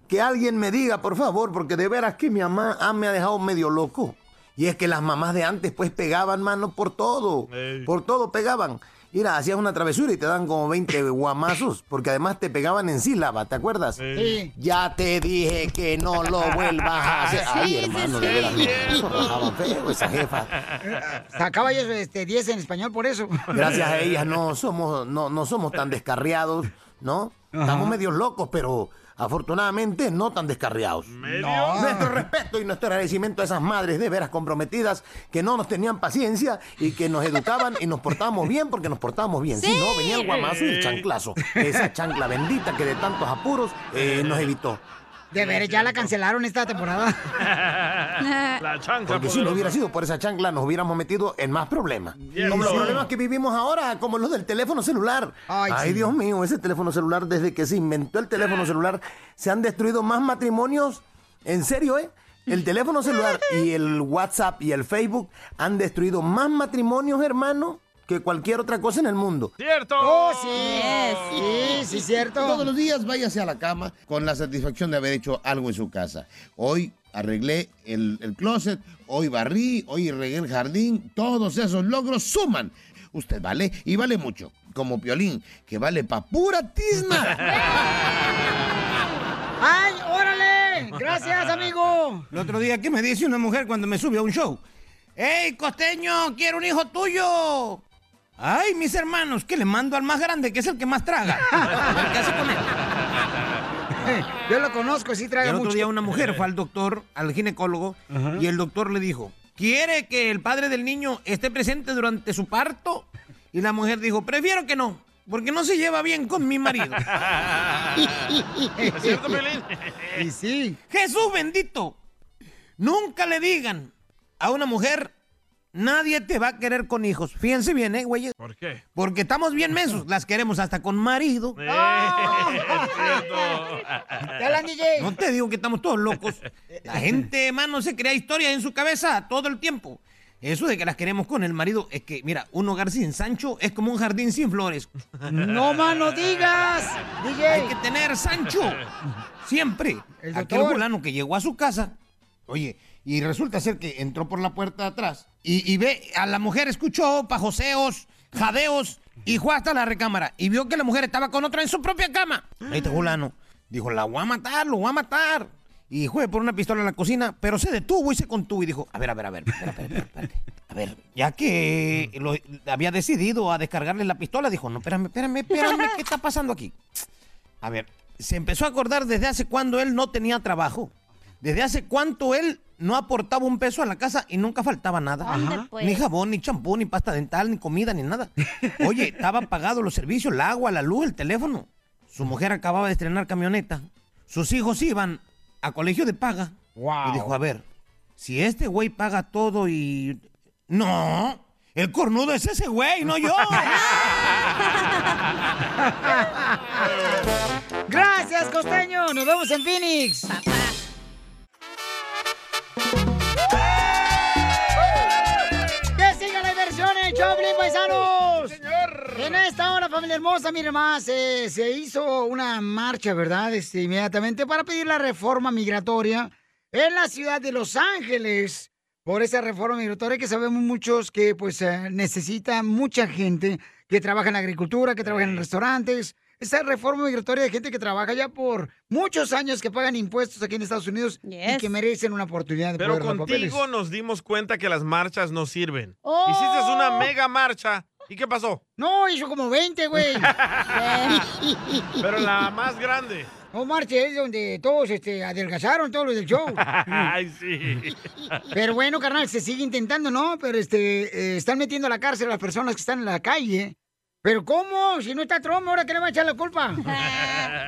Que alguien me diga, por favor, porque de veras que mi mamá ah, me ha dejado medio loco. Y es que las mamás de antes pues pegaban mano por todo. Por todo pegaban. Mira, hacías una travesura y te dan como 20 guamazos, porque además te pegaban en sílaba, ¿te acuerdas?
Sí.
Ya te dije que no lo vuelvas a hacer. Ay,
Sí, sí,
hermano,
sí.
de veras,
Sí,
me
cierto.
sonaba feo esa jefa.
Sacaba yo este, 10 en español por eso.
Gracias a ellas no somos, no, no somos tan descarriados, ¿no? Estamos medios locos, pero afortunadamente no tan descarriados.
No.
Nuestro respeto y nuestro agradecimiento a esas madres de veras comprometidas que no nos tenían paciencia y que nos educaban y nos portábamos bien porque nos portábamos bien. Si
Sí.
no, venía el guamazo y el chanclazo. Esa chancla bendita que de tantos apuros eh, nos evitó.
De ver, ya la cancelaron esta temporada.
La chancla Porque si no
poderosa.
hubiera sido por esa chancla, nos hubiéramos metido en más problemas. Como los
sí.
problemas que vivimos ahora, como los del teléfono celular. Ay,
sí.
Dios mío, ese teléfono celular, desde que se inventó el teléfono celular, se han destruido más matrimonios. En serio, ¿eh? El teléfono celular y el WhatsApp y el Facebook han destruido más matrimonios, hermano, que cualquier otra cosa en el mundo.
¡Cierto!
¡Oh, sí! Sí, sí, cierto.
Todos los días váyase a la cama con la satisfacción de haber hecho algo en su casa. Hoy arreglé el, el closet, hoy barrí, hoy regué el jardín. Todos esos logros suman. Usted vale y vale mucho. Como Piolín, que vale pa' pura tizna.
¡Ay, órale! Gracias, amigo.
El otro día, ¿qué me dice una mujer cuando me sube a un show? ¡Ey, costeño! ¡Quiero un hijo tuyo! ¡Ay, mis hermanos! Que le mando al más grande, que es el que más traga.
Yo lo conozco, sí traga
el otro
mucho.
día una mujer fue al doctor, al ginecólogo, y el doctor le dijo, ¿quiere que el padre del niño esté presente durante su parto? Y la mujer dijo, prefiero que no, porque no se lleva bien con mi marido.
¿Es cierto, Piolín?
Y sí. Jesús bendito. Nunca le digan a una mujer, nadie te va a querer con hijos. Fíjense bien, ¿eh, güey?
¿Por qué?
Porque estamos bien mensos, las queremos hasta con marido.
¡Ah! hablan, DJ?
No te digo que estamos todos locos. La gente, mano, se crea historias en su cabeza todo el tiempo. Eso de que las queremos con el marido es que, mira, un hogar sin Sancho es como un jardín sin flores.
No más no digas, DJ.
Hay que tener Sancho. Siempre.
El
Aquel
doctor.
fulano que llegó a su casa, oye, y resulta ser que entró por la puerta de atrás y, y ve a la mujer, escuchó pajoseos, jadeos y fue hasta la recámara y vio que la mujer estaba con otra en su propia cama. Este fulano dijo, la voy a matar, lo voy a matar. Y fue por una pistola a la cocina, pero se detuvo y se contuvo y dijo, a ver, a ver, a ver, espera, espera, espera, espérate. A ver, ya que lo- había decidido a descargarle la pistola, dijo, no, espérame, espérame, espérame, ¿qué está pasando aquí? A ver, se empezó a acordar desde hace cuando él no tenía trabajo. Desde hace cuánto él no aportaba un peso a la casa y nunca faltaba nada.
Ande, pues.
Ni jabón, ni champú, ni pasta dental, ni comida, ni nada. Oye, estaban pagados los servicios, el agua, la luz, el teléfono. Su mujer acababa de estrenar camioneta. Sus hijos iban a colegio de paga. Y dijo, a ver, si este güey paga todo y... No, el cornudo es ese güey, no yo.
Gracias, costeño. Nos vemos en Phoenix. ¡Que siga la diversión, el Choplin, paisanos! señor! En esta hora, familia hermosa, mire más, eh, se hizo una marcha, ¿verdad? Este, inmediatamente para pedir la reforma migratoria en la ciudad de Los Ángeles. Por esa reforma migratoria que sabemos muchos que pues eh, necesita mucha gente que trabaja en la agricultura, que trabaja en restaurantes. Esa reforma migratoria de gente que trabaja ya por muchos años, que pagan impuestos aquí en Estados Unidos y que merecen una oportunidad de
Pero
poder papeles.
contigo nos dimos cuenta que las marchas no sirven.
¡Oh!
Hiciste una mega marcha. ¿Y qué pasó?
No, hizo como 20, güey.
Pero la más grande.
No marche, es donde todos este, adelgazaron, todos los del show.
Ay, sí.
Pero bueno, carnal, se sigue intentando, ¿no? Pero este, eh, están metiendo a la cárcel a las personas que están en la calle ¿Pero cómo? Si no está Trump, ¿ahora qué le va a echar la culpa?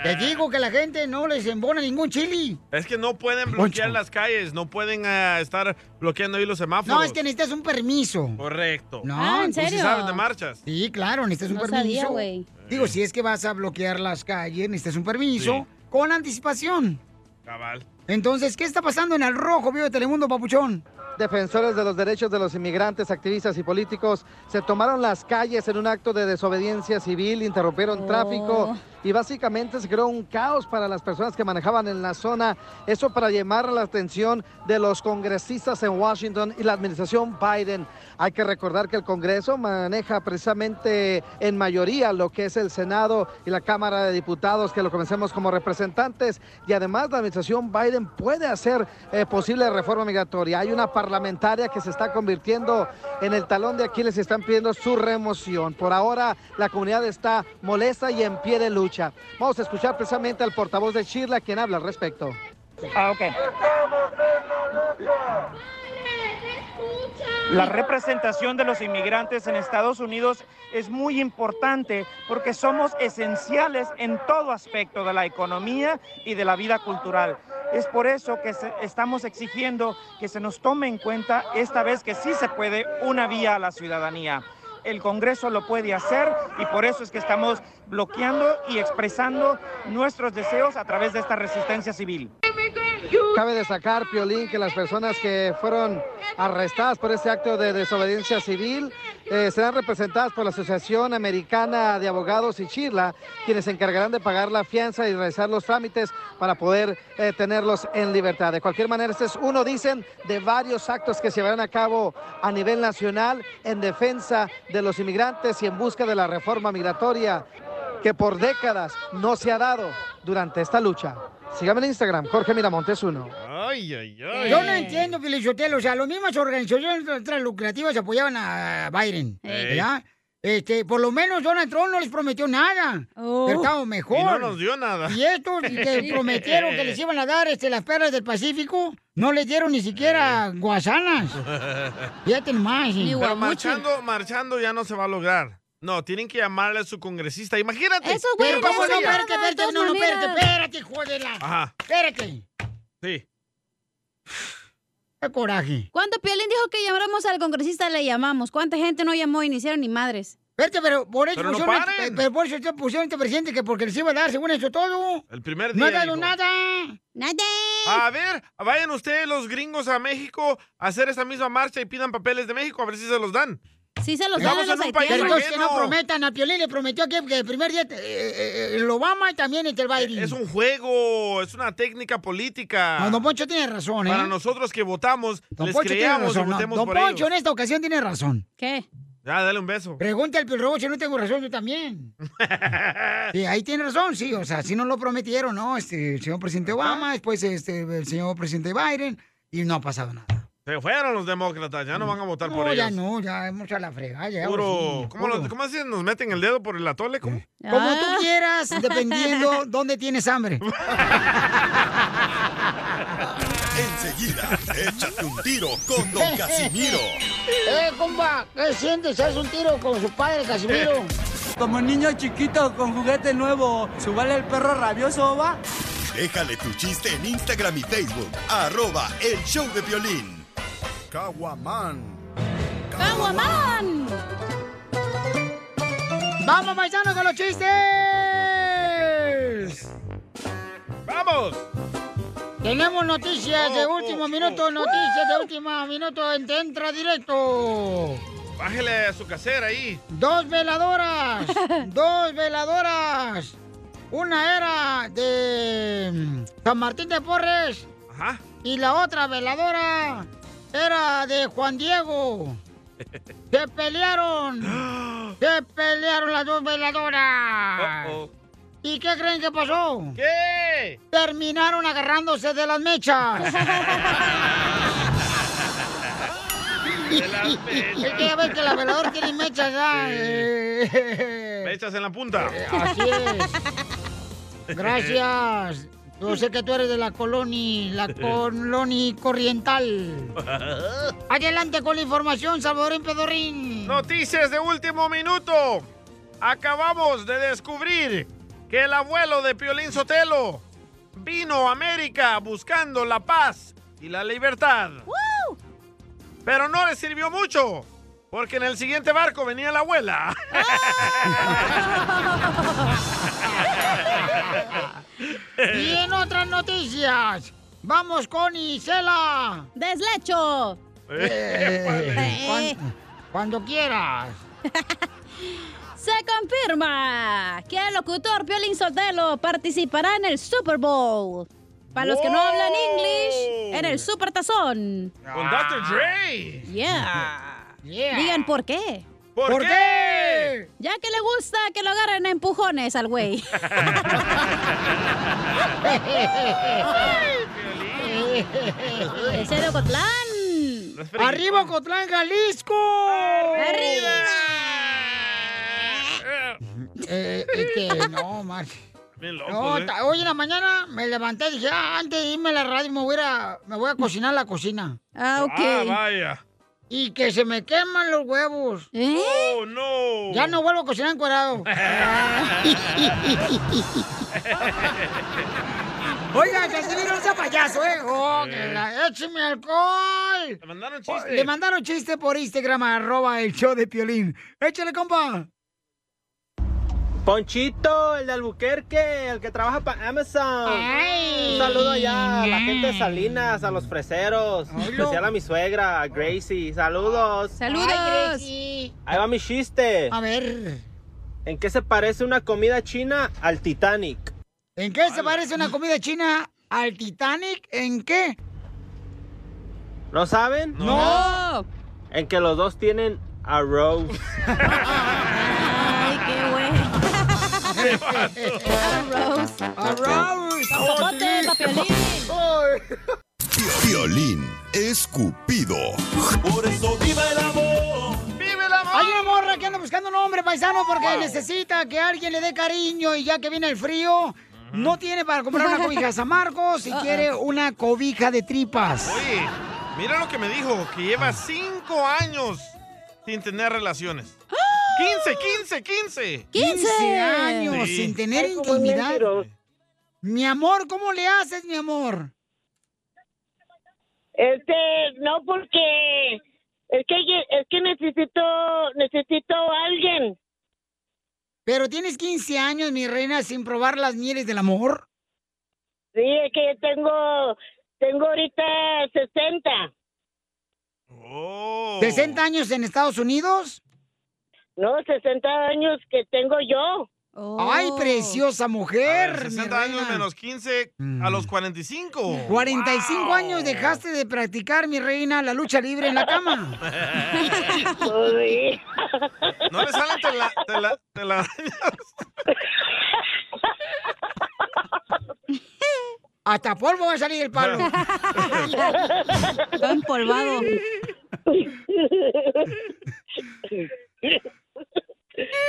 Te digo que la gente no les embona ningún chili.
Es que no pueden bloquear las calles, no pueden eh, estar bloqueando ahí los semáforos.
No, es que necesitas un permiso.
Correcto.
No, pues
Tú sí sabes de marchas.
Sí, claro, necesitas un
No
permiso.
sabía, güey.
Digo, si es que vas a bloquear las calles, necesitas un permiso con anticipación.
Cabal.
Entonces, ¿qué está pasando en el rojo, vivo de Telemundo, papuchón?
Defensores de los derechos de los inmigrantes, activistas y políticos se tomaron las calles en un acto de desobediencia civil, interrumpieron
Oh.
tráfico y básicamente se creó un caos para las personas que manejaban en la zona. Eso para llamar la atención de los congresistas en Washington y la administración Biden. Hay que recordar que el Congreso maneja precisamente en mayoría lo que es el Senado y la Cámara de Diputados, que lo conocemos como representantes. Y además la administración Biden puede hacer eh, posible reforma migratoria. Hay una parlamentaria que se está convirtiendo en el talón de Aquiles y están pidiendo su remoción. Por ahora la comunidad está molesta y en pie de lucha. Vamos a escuchar precisamente al portavoz de Chirla quien habla al respecto.
Ah, ok. La representación de los inmigrantes en Estados Unidos es muy importante porque somos esenciales en todo aspecto de la economía y de la vida cultural. Es por eso que se- estamos exigiendo que se nos tome en cuenta esta vez que sí se puede una vía a la ciudadanía. El Congreso lo puede hacer y por eso es que estamos bloqueando y expresando nuestros deseos a través de esta resistencia civil.
Cabe destacar, Piolín, que las personas que fueron arrestadas por este acto de desobediencia civil eh, serán representadas por la Asociación Americana de Abogados y Chirla, quienes se encargarán de pagar la fianza y realizar los trámites para poder eh, tenerlos en libertad. De cualquier manera, este es uno, dicen, de varios actos que se llevarán a cabo a nivel nacional en defensa de los inmigrantes y en busca de la reforma migratoria que por décadas no se ha dado durante esta lucha. Sígame en Instagram, Jorge Miramontes 1.
Ay, ay, ay.
Yo no entiendo, Pilichotelo. O sea, las mismas organizaciones lucrativas apoyaban a Biden.
Ey.
¿verdad? Este, por lo menos Donald Trump no les prometió nada.
Oh.
Pero estaba mejor.
Y no nos dio nada.
Y estos que prometieron que les iban a dar este, las perlas del Pacífico, no les dieron ni siquiera guasanas. Fíjate más. eh.
Pero marchando, marchando ya no se va a lograr. No, tienen que llamarle a su congresista. Imagínate.
Eso, güey, Pero no cómo se no, llama, espérate, espérate, de todas no, no, espérate, maneras. espérate, jodela.
Ajá,
Espérate.
sí.
Qué coraje.
Cuando Piolín dijo que llamáramos al congresista, le llamamos. ¿Cuánta gente no llamó y ni hicieron ni madres?
Espérate, pero por eso pusieron este- pero por eso este- pusieron este presidente que porque les iba a dar, según eso, todo.
El primer día.
No ha dado
dijo.
nada. Nada.
A ver, vayan ustedes los gringos a México a hacer esa misma marcha y pidan papeles de México a ver si se los dan.
Sí se
los
Estamos
dan a
en
los
un país
haitianos. Entonces que no
ajeno.
prometan, a Piolín le prometió que, que el primer día eh, eh, eh, el Obama y también este el Biden.
Eh, Es un juego, es una técnica política.
No, don Poncho tiene razón, ¿eh?
Para nosotros que votamos,
Don
les
Poncho tiene
creamos
razón.
y
no.
votemos
Don
por
Poncho ¿eh?
ellos.
en esta ocasión tiene razón.
¿Qué?
Ya, dale un beso.
Pregunta al Pilrobo si no tengo razón, yo también. Sí, ahí tiene razón, sí, o sea, si no lo prometieron, ¿no? Este, el señor presidente Obama, después este, el señor presidente Biden, y no ha pasado nada.
Se fueron los demócratas, ya no van a votar
No,
por ellos.
ya no, ya hemos a la fregada. Ya, ahora
Puro.
sí,
¿Cómo,
puro.
los- ¿Cómo así nos meten el dedo por el atole? ¿Cómo?
Como tú quieras, dependiendo dónde tienes hambre.
Enseguida, échate un tiro con Don Casimiro.
¡Eh, compa! ¿Qué sientes? ¿Haz un tiro con su padre, Casimiro?
Eh, Como niño chiquito con juguete nuevo, ¿subale el perro rabioso va?
Déjale tu chiste en Instagram y Facebook, arroba el show de violín. Caguaman.
¡Caguamán! ¡Vamos, paisanos, con los chistes!
¡Vamos! Oh,
Tenemos noticias de último minuto, noticias de último minuto, en- entra directo.
Bájele a su casera ahí.
Dos veladoras, dos veladoras. Una era de mm, San Martín de Porres.
Ajá.
Y la otra veladora era de Juan Diego. Se pelearon. Se pelearon las dos
Oh.
veladoras. ¿Y qué creen que pasó?
¿Qué?
Terminaron agarrándose de las mechas. Es que ya ves que la veladora tiene mechas ya. eh.
Mechas en la punta.
Así es. Gracias. Yo sé que tú eres de la colonia, la colonia corriental. Adelante con la información, Salvador Pedorrín.
Noticias de último minuto. Acabamos de descubrir que el abuelo de Piolín Sotelo vino a América buscando la paz y la libertad. Pero no le sirvió mucho, porque en el siguiente barco venía la abuela.
Y en otras noticias, vamos con Isela.
¡Deslecho!
Eh, cuan- cuando quieras.
Se confirma que el locutor Piolín Sotelo participará en el Super Bowl. Para los que no hablan English, en el Super Tazón.
Con Dr. Dre.
Yeah.
Yeah.
Digan por qué.
¿Por ¿Por qué? qué?
Ya que le gusta que lo agarren a empujones al güey. Ese de Ocotlán.
¡Arriba, Cotlán, Jalisco!
¡Arriba!
Eh, este, no, Mar.
Bien loco,
No,
¿eh?
ta- hoy en la mañana me levanté y dije, ah, antes de irme a la radio me voy a, ir a- me voy a cocinar a la cocina.
Ah,
ok. Ah, vaya.
Y que se me queman los huevos.
¿Eh?
¡Oh, no!
Ya no vuelvo a cocinar encuadrado. Oiga, Casimiro, no sea payaso, ¿eh? Oh, que la- ¡Écheme alcohol! Le
mandaron
chiste. Le mandaron chiste por Instagram, arroba el show de Piolín. ¡Échale, compa!
Ponchito, el de Albuquerque, el que trabaja para Amazon. Un saludo allá a la gente de Salinas, a los freseros, en especial a mi suegra, a Gracie. Saludos.
¡Saludos!
Ahí va mi chiste.
A ver.
¿En qué se parece una comida china al Titanic?
¿En qué se parece una comida china al Titanic? ¿En qué?
¿No saben?
No.
En que los dos tienen a Rose.
Ay, qué güey. Arroz.
Arroz.
Zapote, papiolín.
Violín escupido. Por eso viva el amor.
¡Vive la Hay una morra que anda buscando un hombre paisano porque necesita que alguien le dé cariño y ya que viene el frío, no tiene para comprar una cobija a Ah, San Marcos y
Uh-uh.
quiere una cobija de tripas. Ah.
Oye, mira lo que me dijo, que lleva cinco años sin tener relaciones. 15, 15, 15.
15 años
Sí.
sin tener intimidad. Mi amor, ¿cómo le haces, mi amor?
Este, no porque es que ye- es que necesito necesito a alguien.
Pero tienes 15 años, mi reina, sin probar las mieles del amor.
Sí, es que tengo tengo ahorita 60.
Oh.
¿60 años en Estados Unidos?
No, 60 años que tengo yo.
Ay,
Oh.
preciosa mujer.
A ver,
mi
60 años
reina. Mm.
menos 15 a los 45.
45 años dejaste de practicar, mi reina, la lucha libre en la cama.
No le salen tela- tela- telarañas.
Hasta polvo va a salir el palo.
Está empolvado.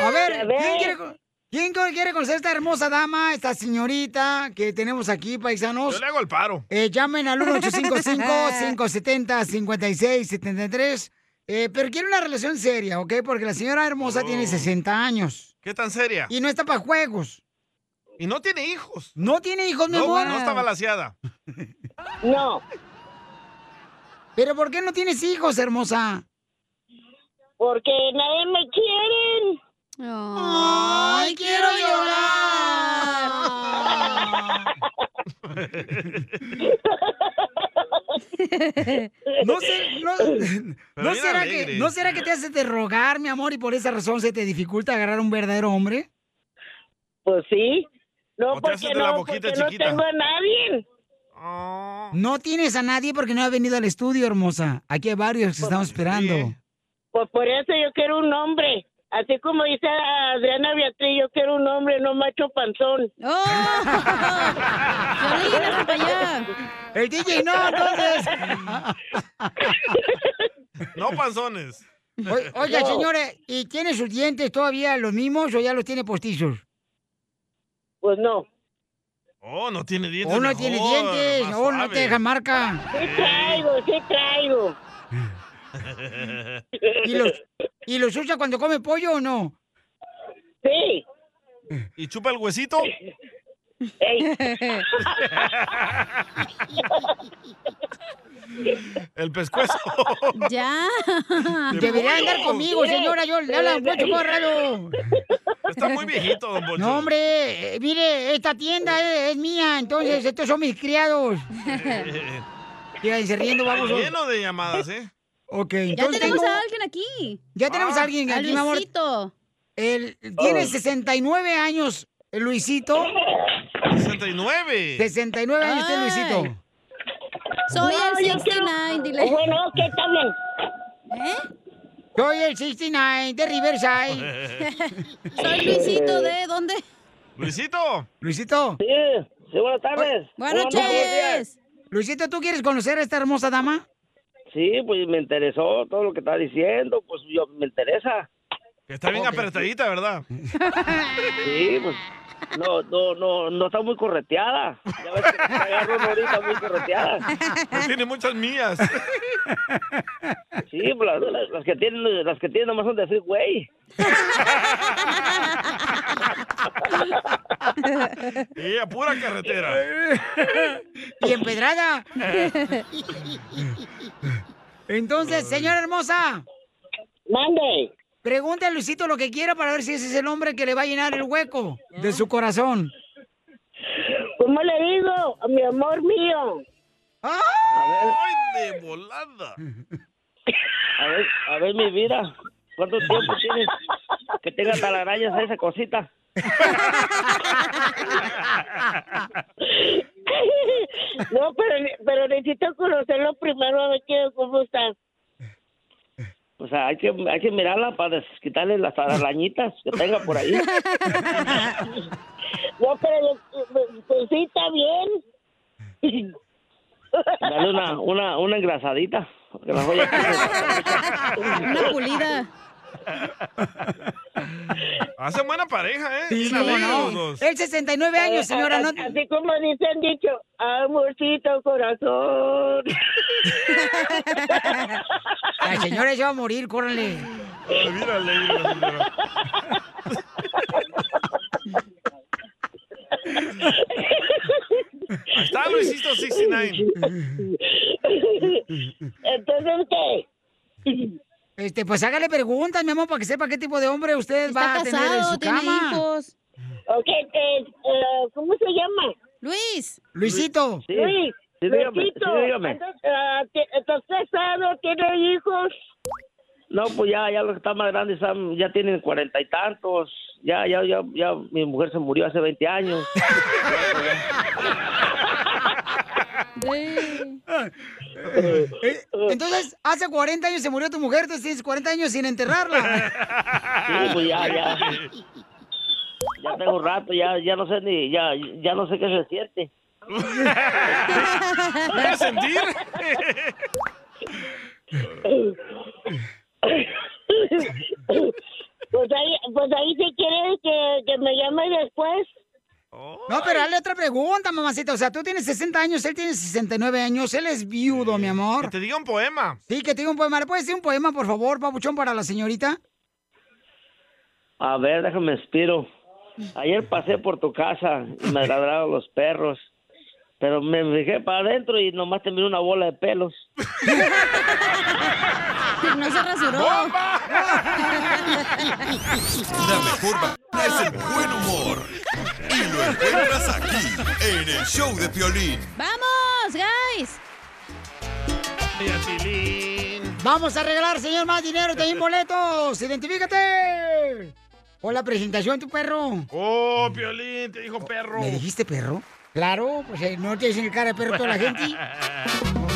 A ver,
A ver.
¿quién quiere, con- quién co- quiere conocer a esta hermosa dama, esta señorita que tenemos aquí, paisanos?
Yo le hago el paro.
Eh, llamen al 1-855-570-5673. Eh, pero quiere una relación seria, ¿ok? Porque la señora hermosa
Oh.
tiene 60 años.
¿Qué tan seria?
Y no está para juegos.
Y no tiene hijos.
No tiene hijos, mi
No,
amor.
no está balaseada.
No.
¿Pero por qué no tienes hijos, hermosa?
Porque nadie me quiere.
¡Ay, quiero No, sé, no,
Pero
¿no
bien
será
alegre.
que, ¿No será que te hace de rogar, mi amor, y por esa razón se te dificulta agarrar un verdadero hombre?
Pues sí. No,
O te haces
porque
de
no,
la boquita
porque no
chiquita. Ah.
tengo a nadie.
No tienes a nadie porque no ha venido al estudio, hermosa. Aquí hay varios que estamos esperando.
Pues por eso yo quiero un hombre. Así como dice Adriana Beatriz, yo quiero un hombre, no macho panzón.
El DJ no, entonces.
No panzones.
Oiga, señores, ¿y tiene sus dientes todavía los mismos o ya los tiene postizos?
Pues no.
Oh, no tiene dientes.
O no tiene dientes,
más
o no
suave.
te deja marca.
Sí traigo, sí traigo.
¿Y los, ¿Y los usa cuando come pollo o no?
Sí.
¿Y chupa el huesito? El pescuezo.
Ya.
Debería andar conmigo, señora. Yo le hablo a Don Poncho Corrado.
Está muy viejito, don Poncho.
No, hombre, eh, mire, esta tienda es, es mía, entonces estos son mis criados. Fíjense riendo, vamos.
Está Lleno de llamadas, ¿eh?
Ok,
Ya
entonces
tenemos
tengo-
a alguien aquí.
Ah,
Ya tenemos a alguien
A
aquí, mi amor.
Luisito.
Él tiene
Oh.
69 años, el Luisito.
69.
69 años tiene Luisito.
No,
Soy el
yo quiero-
69, dile. ¿Eh?
Bueno, ¿qué también?
Soy el 69 de Riverside.
Soy Luisito de dónde?
Luisito.
Luisito.
Sí, sí, buenas tardes.
Oh. Buenas
Buenos días.
noches. Luisito, ¿tú quieres conocer a esta hermosa dama?
Sí, pues me interesó todo lo que está diciendo, pues yo me interesa.
Está bien apretadita, ¿verdad?
Sí, pues no, no, no, no está muy correteada. Ya ves que te agarro una ahorita muy correteada.
Pues tiene muchas mías.
Sí, pues las, las- las que tienen, las que tienen nomás son de freeway.
Y a pura carretera.
Y empedrada. Entonces, señora hermosa.
Mande.
Pregunte a Luisito lo que quiera para ver si ese es el hombre que le va a llenar el hueco de su corazón.
¿Cómo le digo? A mi amor mío.
¡Ah!
¡Ay, de volada!
A ver, a ver mi vida. ¿Cuánto tiempo tienes que tenga talarañas a esa cosita?
No, pero, pero necesito conocerlo primero a ver qué, cómo está.
O sea, pues, hay que, hay que mirarla para quitarle las arañitas que tenga por ahí.
No, pero eh, pues sí, está bien.
Dale una, una, una engrasadita. porque las ollas-
Una pulida.
Hacen buena pareja, ¿eh? Bien
cómo
amigos
no.
los dos.
Él 69 años, señora, no...
Así como dicen dicho, amorcito corazón.
La señora ya va a morir, córrele.
Mírale, mírale. Ahí está Luisito 69.
Entonces, ¿qué? Este, pues hágale preguntas, mi amor, para que sepa qué tipo de hombre usted va a tener en su cama.
hijos. Ok, eh, eh, ¿cómo se llama?
Luis.
Luisito.
Sí,
Luis.
sí, dígame,
Luisito.
sí, dígame.
Entonces, ah, ti- ¿Está casado? ¿Tiene hijos?
No, pues ya, ya los que están más grandes están- ya tienen cuarenta y tantos. Ya, ya, ya, ya, mi mujer se murió hace 20 años.
Eh, Entonces, hace 40 años se murió tu mujer, entonces tienes 40 años sin enterrarla.
Sí, pues ya, ya. Ya tengo rato, ya, ya no sé ni, ya, ya no sé qué se siente.
¿Voy a sentir?
Pues ahí, pues ahí si quieres que, que me llame después.
No, pero dale otra pregunta, mamacita. O sea, tú tienes 60 años, él tiene 69 años, él es viudo, mi amor. Que
te diga un poema.
Sí, que te diga un poema. ¿Le puedes decir un poema, por favor, papuchón, para la señorita?
A ver, déjame inspiro. Ayer pasé por tu casa y me ladraron los perros. Pero me fijé para adentro y nomás te miré una bola de pelos.
No se rasuró.
La mejor vacuna es el buen humor. Y lo encuentras aquí, en el show de Piolín.
¡Vamos, guys!
Vamos a regalar, señor, más dinero, también boletos. ¡Identifícate! Hola, presentación, tu perro.
Oh, Piolín, te dijo perro.
¿Me dijiste perro? Claro, pues eh, no te dicen el cara de perro toda la gente.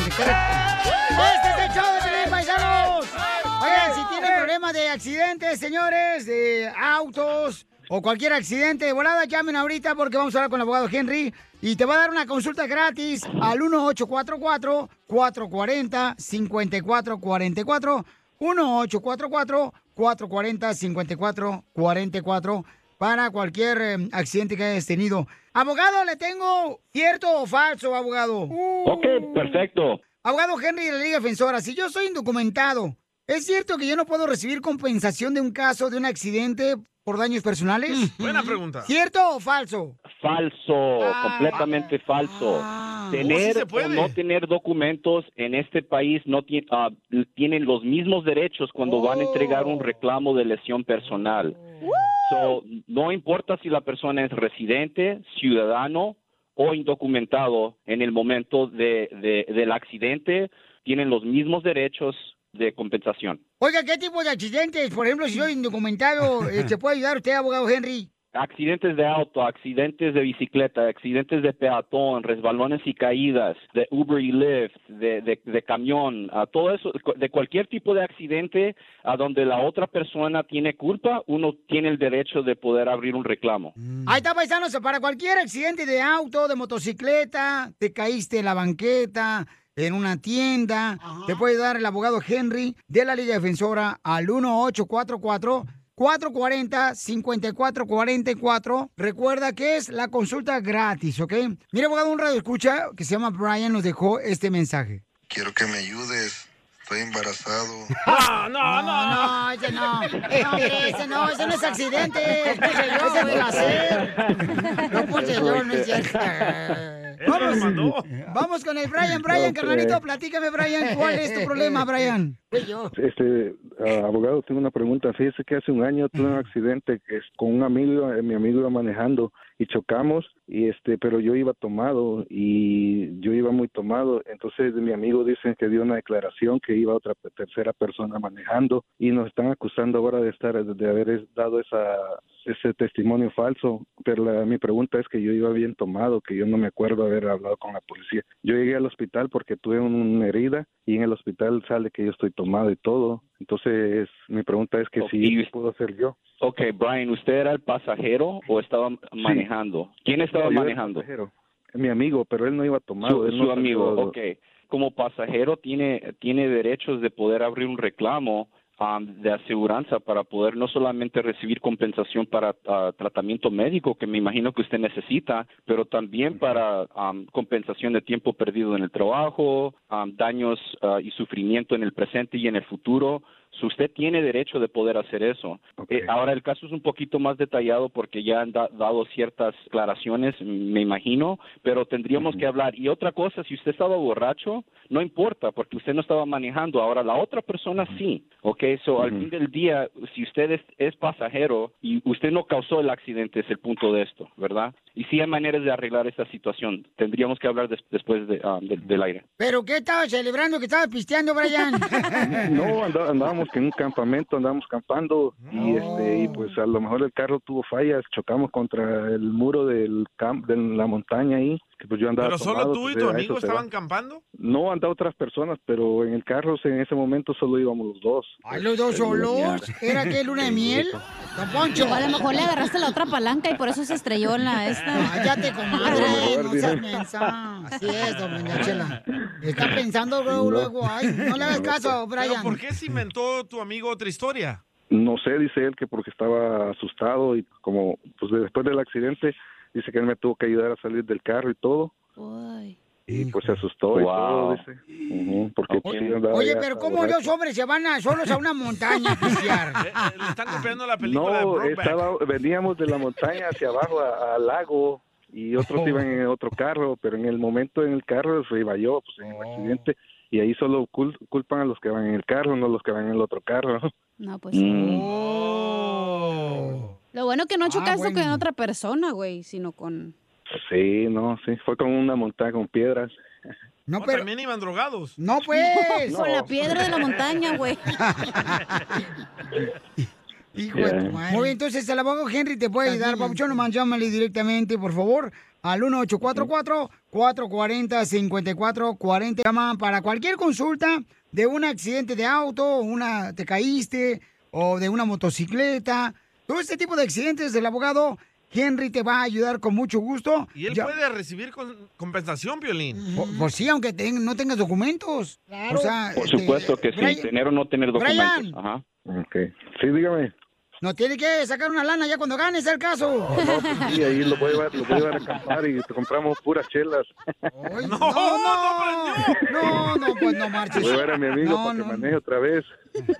¡Este es el show de Pelín, paisanos! Oigan,
¡Eh!
si tienen problemas de accidentes, señores, de autos o cualquier accidente de volada, llamen ahorita porque vamos a hablar con el abogado Henry y te va a dar una consulta gratis al 1844-440-5444. 1844-440-5444 para cualquier eh, accidente que hayas tenido. Abogado, le tengo cierto o falso, abogado.
Ok, perfecto.
Abogado Henry de la Liga Defensora, si yo soy indocumentado, ¿es cierto que yo no puedo recibir compensación de un caso de un accidente por daños personales?
Mm, Buena pregunta.
¿Cierto o falso?
Falso, completamente falso.
Ah. Oh, sí
Tener
se puede.
o no tener documentos en este país no ti- ah, tienen los mismos derechos cuando van a entregar
Oh.
un reclamo de lesión personal. So, no importa si la persona es residente, ciudadano o indocumentado en el momento de- de- del accidente, tienen los mismos derechos de compensación.
Oiga, ¿qué tipo de accidentes? Por ejemplo, si soy indocumentado, eh, ¿se puede ayudar usted, abogado Henry?
accidentes de auto, accidentes de bicicleta, accidentes de peatón, resbalones y caídas, de Uber y Lyft, de, de- de camión, a todo eso, de cualquier tipo de accidente a donde la otra persona tiene culpa, uno tiene el derecho de poder abrir un reclamo.
Mm,
Ahí está, paisanos, para cualquier accidente de auto, de motocicleta, te caíste en la banqueta, en una tienda, te puede dar el abogado Henry de la Liga Defensora al 1844 440 5444. Recuerda que es la consulta gratis, ¿ok? Mira, abogado, un radio escucha que se llama Brian nos dejó este mensaje.
Quiero que me ayudes. Estoy embarazado.
no, no, no. ese no. No, hombre, ese no, ese no es accidente. Ese puse yo, ese es placer. No puse yo, no es cierto. Vamos, vamos con el Brian, Brian,
Ok.
carnalito, platícame, Brian, ¿cuál es tu problema, Brian?
Este, ah, abogado, tengo una pregunta. Fíjese que hace un año tuve un accidente que es con un amigo, eh, mi amigo iba manejando y chocamos, y este, pero yo iba tomado y yo iba muy tomado. Entonces mi amigo dice que dio una declaración que iba otra pe- tercera persona manejando y nos están acusando ahora de estar, de haber es- dado esa ese testimonio falso, pero la- mi pregunta es que yo iba bien tomado, que yo no me acuerdo haber hablado con la policía. Yo llegué al hospital porque tuve un- una herida y en el hospital sale que yo estoy tomado y todo. Entonces, mi pregunta es que si puedo ser yo.
Ok, Brian, ¿usted era el pasajero o estaba manejando? ¿Quién estaba
No, yo era
manejando?
pasajero. Mi amigo, pero él no iba tomado.
Su,
él
su
no
amigo,
salió-
ok. Como pasajero tiene, tiene derechos de poder abrir un reclamo um, de aseguranza para poder no solamente recibir compensación para ah, tratamiento médico, que me imagino que usted necesita, pero también para um, compensación de tiempo perdido en el trabajo, um, daños ah, y sufrimiento en el presente y en el futuro. So, usted tiene derecho de poder hacer eso. Eh, ahora, el caso es un poquito más detallado porque ya han da- dado ciertas aclaraciones, me imagino, pero tendríamos que hablar. Y otra cosa, si usted estaba borracho, no importa, porque usted no estaba manejando. Ahora, la otra persona sí, ¿ok? So, al fin del día, si usted es, es pasajero y usted no causó el accidente, es el punto de esto, ¿verdad? Y sí hay maneras de arreglar esta situación. Tendríamos que hablar des- después de, ah, de- del aire.
¿Pero qué estabas celebrando que estabas pisteando, Brian?
No, anda- andábamos en un campamento, andábamos campando y este y pues a lo mejor el carro tuvo fallas, chocamos contra el muro del camp, de la montaña ahí, que pues yo andaba
Pero solo
tomado,
tú y
pues,
tu
a
amigo
eso se va.
estaban campando.
No andaba otras personas, pero en el carro en ese momento solo íbamos los dos.
Ay, los dos solos. ¿Era que luna de miel? Don Poncho.
O a lo mejor le agarraste la otra palanca y por eso se estrelló en la esta.
Cállate, comadre, no seas mensa. Así es, don Doña Chela. Está pensando luego, luego. Ay, no le hagas caso,
¿Pero
Brian.
por qué se inventó tu amigo otra historia?
No sé, dice él que porque estaba asustado y como pues después del accidente dice que él me tuvo que ayudar a salir del carro y todo y pues se asustó y
Wow.
todo dice. Ujú, porque pues, sí andaba
Oye,
ya
pero ¿cómo
borracho.
los hombres se van a, solos a una montaña a pistear?
No, estaba, veníamos de la montaña hacia abajo a- al lago y otros iban en otro carro, pero en el momento en el carro se iba yo, pues en el accidente, y ahí solo cul- culpan a los que van en el carro, no los que van en el otro carro.
No, pues. Lo bueno que no chocaste con otra persona, güey, sino con.
Sí, no, sí, fue con una montaña con piedras.
No,
pero... También iban drogados.
No, pues.
con la piedra de la montaña, güey.
Hijo de tu madre. Muy bien, entonces el abogado Henry te puede ayudar, Pabuchón, nomás llámale directamente, por favor, al 1844-440-5440. Llama para cualquier consulta de un accidente de auto, una te caíste, o de una motocicleta. Todo este tipo de accidentes, el abogado Henry te va a ayudar con mucho gusto.
Y él
Ya-
puede recibir con- compensación, Violín.
Por, por Pues sí, aunque ten- no tengas documentos. O sea,
Por
este,
supuesto que sí,
Brian-
tener o no tener documentos.
Brian.
Ajá.
Sí, dígame.
No tiene que sacar una lana ya cuando ganes el caso.
Y ahí lo voy a llevar, lo voy a, llevar a acampar y te compramos puras chelas.
no, no, no, no, pues no marches.
Lo voy a llevar a mi amigo
No,
para que maneje otra vez.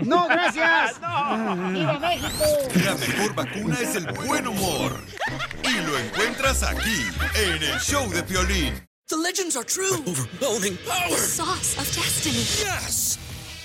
No, gracias. ¡Viva México!
La mejor vacuna es el buen humor. Y lo encuentras aquí, en el show de Piolín.
The legends are true.
Overwhelming
The sauce of destiny.
Yes!